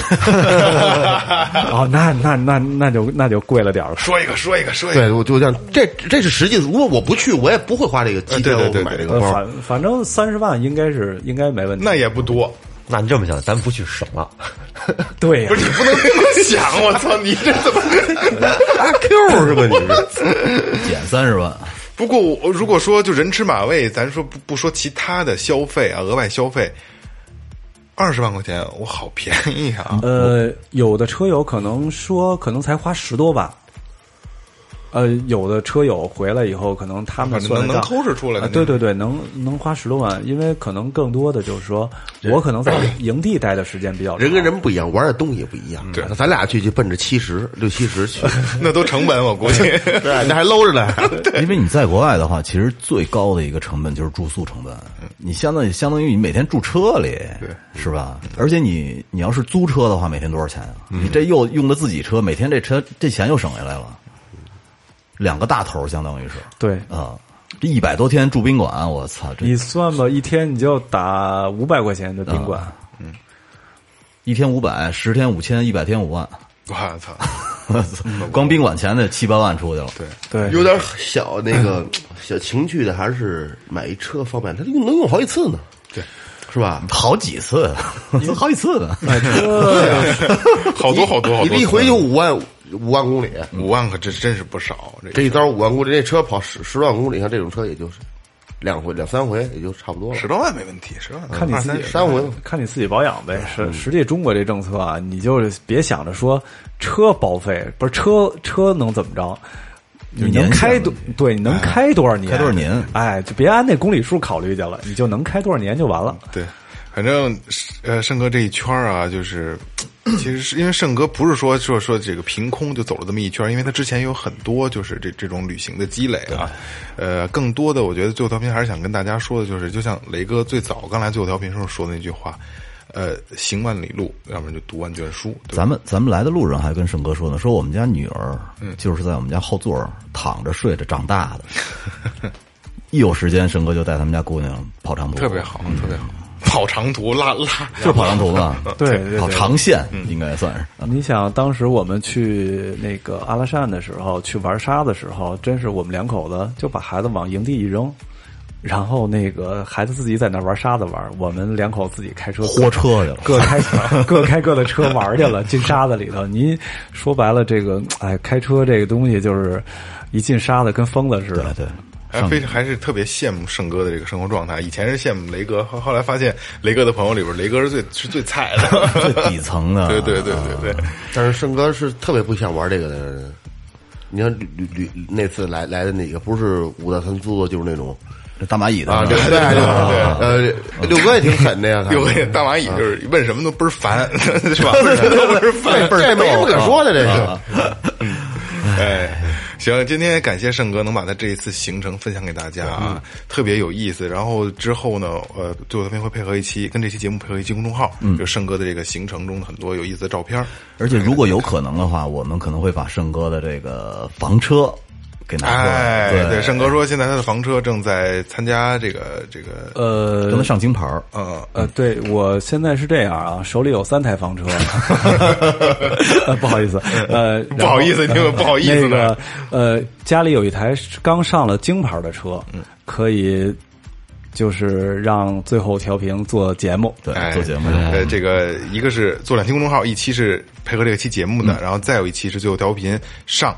S6: 哦，那那那那就那就贵了
S4: *laughs*
S6: 点儿了。
S3: 说一个说一个说一个，
S4: 对，我就这样，这这是实际。如果我不去，我也不会花这个
S3: 呃
S4: 几
S3: 对
S4: 千
S3: 对
S4: 欧
S3: 对
S4: 买
S3: 对
S4: 这个
S6: 呃，
S4: 包。
S6: 反反正三十万应该是应该没问题。
S3: 那也不多。 *laughs*
S7: 那你这么想，咱不去省了，
S6: 对呀、
S3: 不是你不能这么想，我操！你这怎么？
S4: 阿 Q 是吧？你是
S5: 减三十万，
S3: 不过我如果说就人吃马喂，咱说不不说其他的消费啊，额外消费二十万块钱，我好便宜啊！
S6: 呃，有的车友可能说，可能才花十多万。呃，有的车友回来以后，可能他们
S3: 反正
S6: 算
S3: 能
S6: 的账
S3: 能抠出来的
S6: 啊
S3: 那
S6: 对对对，能能花十多万，因为可能更多的就是说，我可能
S3: *coughs*
S6: 在营地待的时间比较长，
S4: 人跟人不一样，玩的东西也不一样。啊
S3: 对
S4: 咱俩去就奔着七十六七十
S3: *laughs*
S4: 去，
S3: 那都成本，我估计。
S4: 对，那还搂着呢。
S5: *laughs* 因为你在国外的话，其实最高的一个成本就是住宿成本。你相当于相当于你每天住车里，对，是吧？而且你你要是租车的话，每天多少钱啊？你这又用的自己车，每天这车这钱又省下来了，两个大头儿相当于是
S6: 对，
S5: 啊，这一百多天住宾馆，我操，这
S6: 你算吧，一天你就打五百块钱的宾馆，
S3: 啊
S5: 一天五百，十天五千，一百天五万，
S3: *laughs* 我操！
S5: *laughs* 光宾馆钱的七八万出去了。嗯对，
S6: 对，
S4: *laughs* 有点小那个小情趣的，还是买一车方便，他用能用好几次呢。
S3: 对，
S4: 是吧？
S5: 好几次， *laughs* 好几次呢。
S6: 买车
S3: 好多好多好多，
S4: 你这一回就五万五万公里，
S3: 五万，可这真是不少。
S4: 这一遭五万公里，这车跑十十万公里，像这种车也就是两回两三回，也就差不多了
S3: 十。多万没问题，十多万
S6: 看你自己
S3: 二三十
S4: 三回吧
S6: 看你自己保养呗。
S5: 嗯
S6: 是，实际中国这政策啊，你就是别想着说车保费不是车车能怎么着，你能
S5: 年限
S6: 开多对，你能开多少年？
S5: 开多少年
S6: 哎，就别按那公里数考虑去了，你就能开多少年就完了。
S3: 对，反正呃，盛哥这一圈儿啊，就是其实是因为盛哥不是说说说这个凭空就走了这么一圈儿，因为他之前有很多就是这这种旅行的积累啊。呃，更多的我觉得最后调频还是想跟大家说的就是，就像雷哥最早刚来最后调频时候说的那句话。呃，行万里路，要不然就读万卷书。对吧
S5: 咱们咱们来的路上还跟盛哥说呢，说我们家女儿，
S3: 嗯
S5: 就是在我们家后座儿躺着睡着长大的。 *laughs* 一有时间，盛哥就带他们家姑娘跑长途，
S3: 特别，好，特别好，嗯跑长途拉拉，
S5: 就是跑长
S3: *laughs*
S5: 途吧？
S6: 对对对
S5: 跑长线
S3: 嗯
S5: 应该算是。
S6: 你想，当时我们去那个阿拉善的时候，去玩沙的时候，真是我们两口子就把孩子往营地一扔，然后那个孩子自己在那玩沙子玩，我们两口自己开车
S5: 豁车去了
S6: 各开
S3: *laughs*
S6: 各开各的车玩去了，进沙子里头。您说白了，这个哎，开车这个东西就是一进沙子跟疯了似的
S5: 对。对，
S3: 还哎非还是特别羡慕盛哥的这个生活状态。以前是羡慕雷哥，后后来发现雷哥的朋友里边，雷哥是最是 *laughs* 最菜的。
S5: 最底层的，啊
S3: 对对对对对，
S4: 但是盛哥是特别不想玩这个的人。你看吕吕吕那次来来的那个，不是五大三粗的，就是那种
S5: 这大蚂蚁的
S4: 啊，
S5: 是
S4: 对
S5: 吧
S4: 对对，呃，六哥也挺狠的呀，他
S3: 有个大蚂蚁就是问什么都倍儿烦，嗯 *laughs* 是吧？
S4: 啊这这没什么可说的，这是。
S3: *laughs* 哎，行，今天感谢盛哥能把他这一次行程分享给大家啊，特别有意思。然后之后呢，呃，最后咱们会配合一期跟这期节目配合一期公众号，嗯，就盛哥的这个行程中的很多有意思的照片儿。
S5: 而且如果有可能的话，我们可能会把盛哥的这个房车给拿过来。
S3: 哎，
S5: 对，
S3: 对，盛哥说现在他的房车正在参加这个这个
S5: 跟他
S6: 呃
S5: 上金牌儿
S3: 呃
S6: 呃，对我现在是这样啊，手里有三
S3: *laughs*
S6: 台房车，呃不好意思，呃，
S3: 不好意思，你们不好意思
S6: 那
S3: 了
S6: 个。呃，家里有一台刚上了京牌的车，
S3: 嗯
S6: 可以就是让最后调频做节目。
S5: 对
S3: 哎，
S5: 做节目。
S3: 呃，这个一个是做两期公众号，一期是配合这个期节目的，然后再有一期是最后调频上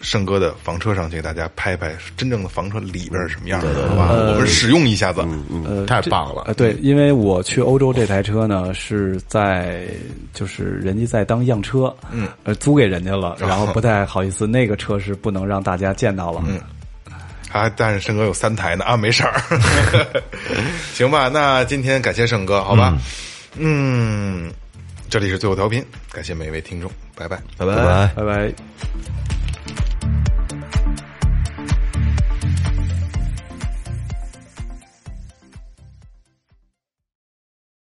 S3: 盛哥的房车上去给大家拍拍真正的房车里边是什么样的，好吧？我们使用一下子。
S4: 嗯，太棒了
S6: 呃，，对，因为我去欧洲这台车呢是在就是人家在当样车，嗯，呃，租给人家了，然后不太好意思，那个车是不能让大家见到了，嗯，
S3: 啊，但是盛哥有三台呢啊，没事儿，行吧？那今天感谢盛哥，好吧？嗯，这里是最后调频，感谢每一位听众，拜拜。
S5: 拜拜
S7: 拜拜。
S6: 拜拜。